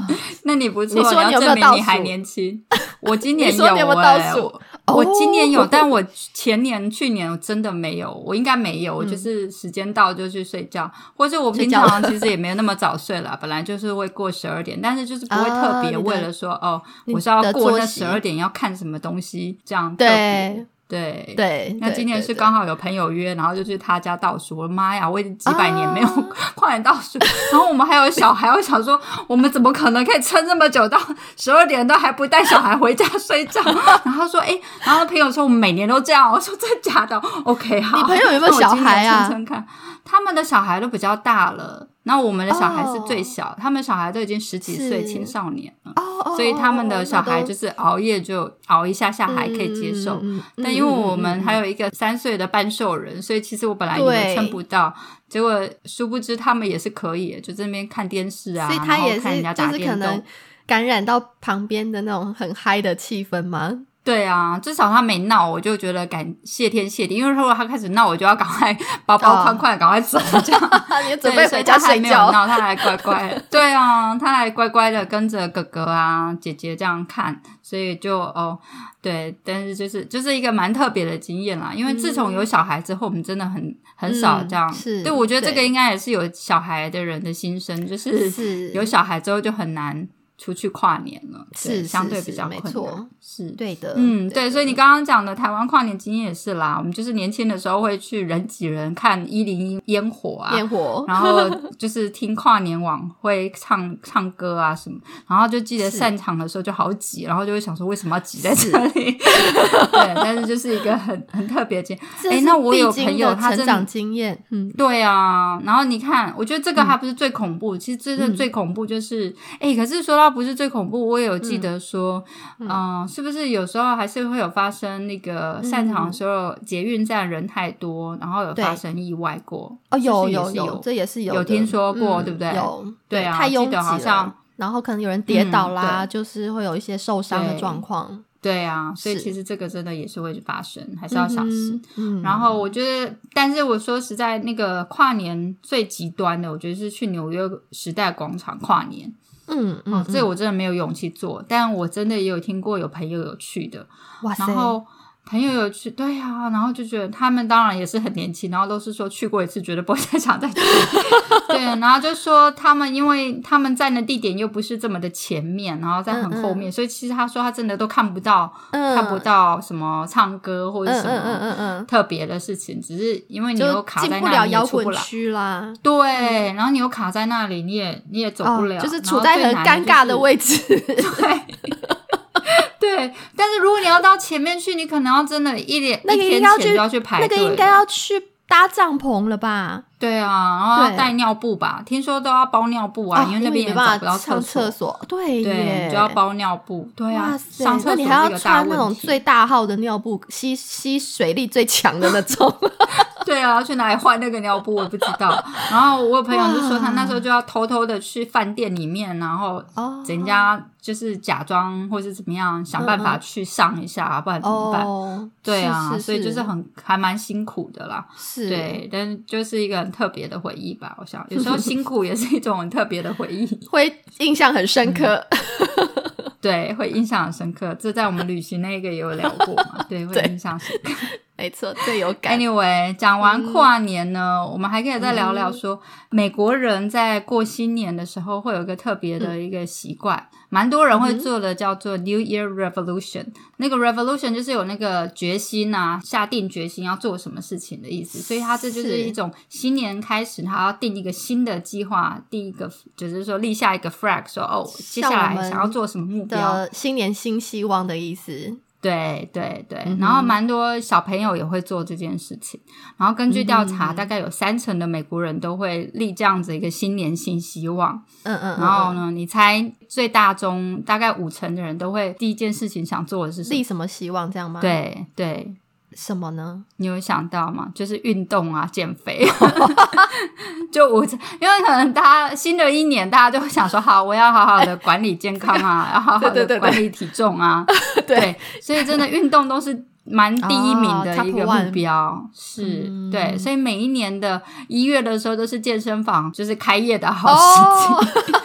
A: 那你不错，
C: 你说
A: 要
C: 你有没有
A: 证明
C: 倒
A: 你还
C: 数
A: 年
C: [LAUGHS]
A: 轻。我今年
C: 你说你有没有倒
A: 哎
C: 数？
A: 我今年有，
C: 哦
A: 但我前年、去年我真的没有，我应该没有。我就是时间到就去睡觉，或者我平
C: 嗯睡
A: 常其实也没有那么早睡啦， [LAUGHS] 本来就是会过十二点，但是就是不会特别
C: 啊
A: 为了说哦，
C: 你的
A: 我是要过
C: 你
A: 那
C: 的作息
A: 十二点要看什么东西这样特别。对
C: 对
A: 对。
C: [LAUGHS] 对，
A: 那
C: 对
A: 今年
C: 对
A: 是
C: 对
A: 刚好有朋友约，然后就去他家倒数。我的妈呀，我已经几百年没有
C: 啊
A: [LAUGHS] 跨年倒数，然后我们还有小孩，我想说，我们怎么可能可以撑这么久到十二点都还不带小孩回家睡
C: [LAUGHS]
A: 觉？然后他说，哎、然后朋友说我们每年都这样，我说真假的？OK，好。
C: [LAUGHS] 你朋友有
A: 那
C: 没有
A: 我今
C: 小孩啊
A: 年撑撑看，他们的小孩都比较大了，那我们的小孩是最
C: 哦
A: 小，他们小孩都已经十几岁
C: 是
A: 青少年了。
C: 哦哦
A: 所以他们
C: 哦
A: 的
C: 哦
A: 小
C: 那
A: 孩
C: 都
A: 就是熬夜就熬一下下还可以接受，
C: 嗯嗯嗯嗯
A: 但因为我们
C: 嗯嗯
A: 还有一个三岁的半兽人，所以其实我本来以为
C: 对
A: 撑不到，结果殊不知他们也是可以，就在那边看电视啊，
C: 所以他也
A: 然后看人家
C: 是
A: 打
C: 就是可
A: 电
C: 能
A: 动，
C: 感染到旁边的那种很嗨的气氛
A: [LAUGHS]
C: 吗？
A: 对啊，至少他没闹，我就觉得感谢天谢地，因为如果他开始闹，我就要赶快 [LAUGHS] 包包
C: 哦
A: 宽宽地赶快走，这样
C: 你准备
A: 对，所
C: 回
A: 以
C: 家
A: 他还
C: 睡
A: 没有
C: 觉？
A: 闹，他还乖乖
C: [LAUGHS]
A: 的，对啊，他还乖乖的跟着哥哥啊、姐姐这样看，所以就哦，对，但是就是就是一个蛮特别的经验啦。因为自从有小孩之后，我们真的很很少这样。
C: 嗯是
A: 对，我觉得这个
C: 对
A: 应该也是有小孩的人的心声，就是
C: 是
A: 有小孩之后就很难出去跨年了，对
C: 是是
A: 相对
C: 是
A: 比较
C: 没
A: 困
C: 错
A: 难，是。
C: 对的，
A: 嗯，
C: 的
A: 对，所以你刚刚讲的台湾跨年经验也是啦，我们就是年轻的时候会去人挤人看一零一烟火啊，
C: 烟火， [LAUGHS]
A: 然后就是听跨年晚会唱唱歌啊什么，然后就记得
C: 是
A: 散场的时候就好挤，然后就会想说为什么要挤在这里？ [LAUGHS] 对，但是就是一个很很特别的经
C: 这
A: 哎
C: 是
A: 那我有
C: 必经
A: 朋友
C: 的
A: 他真
C: 成
A: 的
C: 长经验，嗯，
A: 对啊，然后你看，我觉得这个还不是最恐怖，其实真的
C: 嗯
A: 最恐怖就是，哎、可是说到话不是最恐怖，我也有记得说，嗯、呃是不是有时候还是会有发生那个散场的时候，
C: 嗯
A: 捷运站人太多，然后有发生意外过？
C: 哦，有
A: 是不
C: 有
A: 是也是
C: 有，这也是有
A: 有
C: 的
A: 听说过
C: 嗯
A: 对不对
C: 有，
A: 对啊
C: 太拥
A: 记
C: 挤
A: 得好
C: 了
A: 像。
C: 然后可能有人跌倒啦，
A: 嗯
C: 就是会有一些受伤的
A: 对
C: 状况，
A: 对啊，所以
C: 是
A: 其实这个真的也是会发生，还是要小心。
C: 嗯哼。嗯，
A: 然后我觉得，但是我说实在，那个跨年最极端的，我觉得是去纽约时代广场跨年。
C: 嗯嗯
A: 嗯，
C: 嗯，
A: 这我真的没有勇气做，但我真的也有听过有朋友有去的，
C: 哇塞，
A: 然后朋友有去，对啊，然后就觉得他们当然也是很年轻，然后都是说去过一次，绝对不会再想再
C: [LAUGHS]
A: 去。对，然后就说他们因为他们站的地点又不是这么的前面，然后在很后面，所以其实他说他真的都看不到，
C: 嗯
A: 看不到什么唱歌或者
C: 嗯
A: 什么。
C: 嗯嗯嗯
A: 特别的事情，只是因为
C: 嗯，
A: 你
C: 就
A: 又卡
C: 进
A: 在
C: 不
A: 那
C: 了
A: 里，
C: 摇
A: 你出
C: 滚
A: 不来。
C: 区啦，
A: 对，然后你又卡在那里，你也你也走不了，
C: 哦，就是
A: 然
C: 处
A: 后
C: 在
A: 最
C: 很
A: 难的
C: 尴
A: 就
C: 尬
A: 是 [LAUGHS]
C: 的位置，
A: 对，但是如果你要到前面去，你可能要真的一点
C: 那个
A: 一
C: 应
A: 天
C: 该要
A: 前就
C: 去
A: 要去排
C: 那
A: 队，
C: 个应该要去搭帐篷了吧？
A: 对啊，然后要
C: 对
A: 带尿布吧，听说都要包尿布啊，
C: 哦
A: 为那边
C: 没
A: 也找
C: 办
A: 不
C: 法
A: 到
C: 上
A: 所，
C: 所，对
A: 对，
C: 耶，
A: 你就要包尿布，对啊
C: 哇，塞，
A: 上厕所
C: 那你
A: 是
C: 还
A: 一
C: 要
A: 个大
C: 穿那
A: 问
C: 种
A: 题
C: 最，大号的尿布，吸吸水力最强的那
A: [LAUGHS]
C: 种。
A: 对啊，要去哪里换那个尿布我也不知道。然后我有朋友就说，他
C: 哇
A: 那时候就要偷偷的去饭店里面，然后
C: 哦
A: 人家就是假装或是怎么样，想办法去上一下，不然怎么办？
C: 哦，
A: 对
C: 是
A: 啊，
C: 是
A: 所以就是很还蛮辛苦的啦。
C: 是，
A: 对，但是就是一个很特别的回忆吧。我想，有
C: [LAUGHS]
A: 时候辛苦也是一种很特别的回忆，
C: 会印象很深刻。
A: 嗯对，会印象很深刻。这在我们旅行那个也有聊过嘛，对，会
C: [LAUGHS] 对
A: 印象深刻。
C: [LAUGHS] 没错，最有感。
A: Anyway，讲完
C: 嗯
A: 跨年呢，我们还可以再聊聊说，美国人在过新年的时候会有一个特别
C: 嗯
A: 的一个习惯，蛮多人会做的，叫做 New Year Revolution。那个 Revolution 就是有那个决心啊，下定决心要做什么事情的意思，所以他这就是
C: 是
A: 一种新年开始，他要定一个新的计划，定一个就是说立下一个 flag，说哦，接下
C: 像我
A: 来
C: 们
A: 想要做什么目标，
C: 的新年新希望的意思，
A: 对对对，
C: 嗯哼
A: 然后蛮多小朋友也会做这件事情。然后根据调
C: 嗯
A: 查，大概有三成的美国人都会立这样子一个新年新希望。
C: 嗯嗯，嗯
A: 然后
C: 嗯
A: 呢，你猜最大宗大概五成的人都会第一件事情想做的是什
C: 立
A: 么？
C: 什么希望这样吗？，
A: 对对，
C: 什么呢？
A: 你有想到吗？就是运动啊，减肥。 [LAUGHS] 就五成，因为可能大家新的一年，大家就会想说，好，我要好好的管理健康
C: [LAUGHS]
A: 啊，要好好
C: 哎对对对
A: 的
C: 对
A: 管理体重啊，
C: [LAUGHS] 对
A: 所以真的运动都是蛮第一名的
C: 哦
A: 一个
C: top one
A: 目标，是、
C: 嗯
A: 对，所以每一年的一月的时候都是健身房就是开业的好时机，
C: 哦，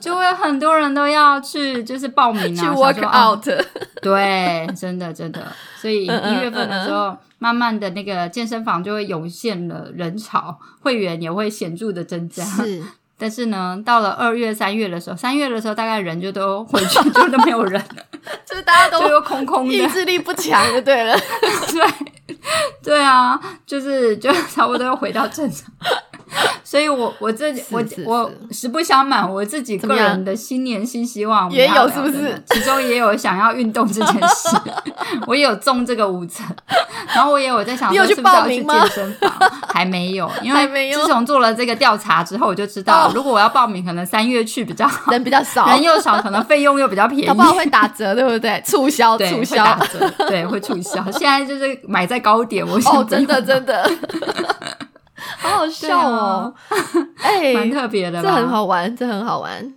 A: [LAUGHS] 就会很多人都要去就是报名啊，
C: 去
A: 想
C: work
A: 说哦
C: out， [LAUGHS]
A: 对，真的真的，所以一
C: 嗯嗯
A: 月份的时候，慢慢的那个健身房就会涌现了人潮，会员也会显著的增加。
C: [LAUGHS] 是
A: [LAUGHS] 但是呢，到了二月、三月的时候，三月的时候大概人就都回去，就都没有人了，
C: 就是大家
A: 就
C: [LAUGHS] 都
A: 又空空的
C: 意。志力不强就对了。
A: 对，对啊，就是就差不多又回到正
C: [LAUGHS]
A: 常。所以我我自己我
C: 是是
A: 我实不相瞒，我自己
C: 怎么
A: 个
C: 样
A: 人的新年新希望我们
C: 也有
A: 要聊
C: 是不
A: 的呢
C: 是？
A: 其中也有想要运动这件
C: [LAUGHS]
A: 事，我也有中这个五成，然后我也有在想
C: 你有
A: 说
C: 去
A: 是不是要
C: 报
A: 去
C: 名吗
A: 健身
C: [LAUGHS]
A: 房，还没有，因
C: 还没
A: 为
C: 有
A: 自从做了这个调查之后，我就知道
C: 哦
A: 如果我要报名，可能三月去比较 [LAUGHS]
C: [LAUGHS]
A: 好，
C: 人比较少，
A: 人又少，可能费用又比较便宜，
C: 搞不好会打折，对不对？促销，
A: 对，
C: 促
A: 会
C: 销。
A: 打折，对，会促销。现在就是买在高点，我现在
C: 哦，真的
A: [LAUGHS]
C: 真的，好好
A: 对
C: 笑
A: 啊
C: [LAUGHS] 哦！，哎、
A: 蛮特别的
C: 这
A: 吧？
C: 很。好玩，这很好玩。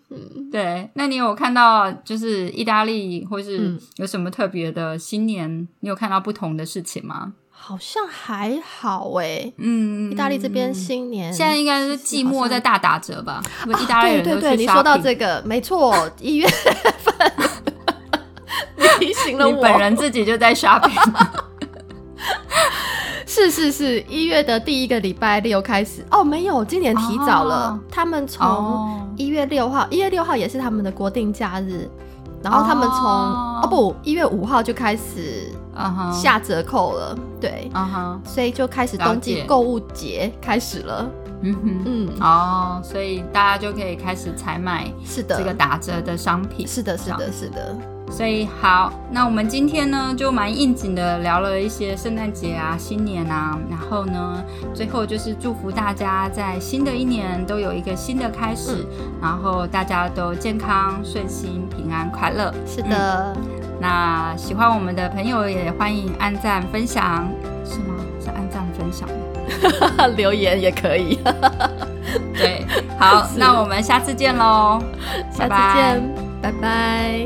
A: 对，那你有看到就是意大利或是
C: 嗯
A: 有什么特别的新年？你有看到不同的事情吗？
C: 好像还好哎、
A: 嗯，
C: 意大利这边新年
A: 现在应该是季末在大打折吧？因为意大利
C: 对
A: 人都
C: 啊对
A: 去
C: 对，你说到
A: shopping
C: 这个，没错，一月份 [LAUGHS] 你提醒了
A: 你
C: 我，
A: 本人自己就在 shopping，
C: [LAUGHS] 是是是，一月的第一个礼拜六开始。哦，没有，今年提早了，
A: 哦
C: 他们从
A: 哦，
C: 一月六号，一月六号也是他们的国定假日，然后他们从
A: 哦
C: 哦不，一月五号就开始
A: 嗯哼，，
C: 哦下折扣了，
E: 哦
C: 对，
A: 嗯哼，
C: 所以就开始
A: 了
C: 冬季
A: 解
C: 购物节开始了。
A: 嗯哼，
C: 嗯，
A: 哦，所以大家就可以开始采买
C: 是的，
A: 这个打折的商品。
C: 是的，是
A: 这
C: 的，是的，
A: 所以好，那我们今天呢就蛮应景的聊了一些圣诞节啊、新年啊，然后呢，最后就是祝福大家在新的一年都有一个新的开始，然后大家都健康、顺心、平安、快乐。
E: 是的，
A: 那喜欢我们的朋友也欢迎按赞分享，是吗？是按赞分享吗。
E: 嗯 [LAUGHS] 留言也可以，
A: 对， [LAUGHS] 好，那我们下次见喽，
E: 下
A: 拜拜
E: 次见，拜拜。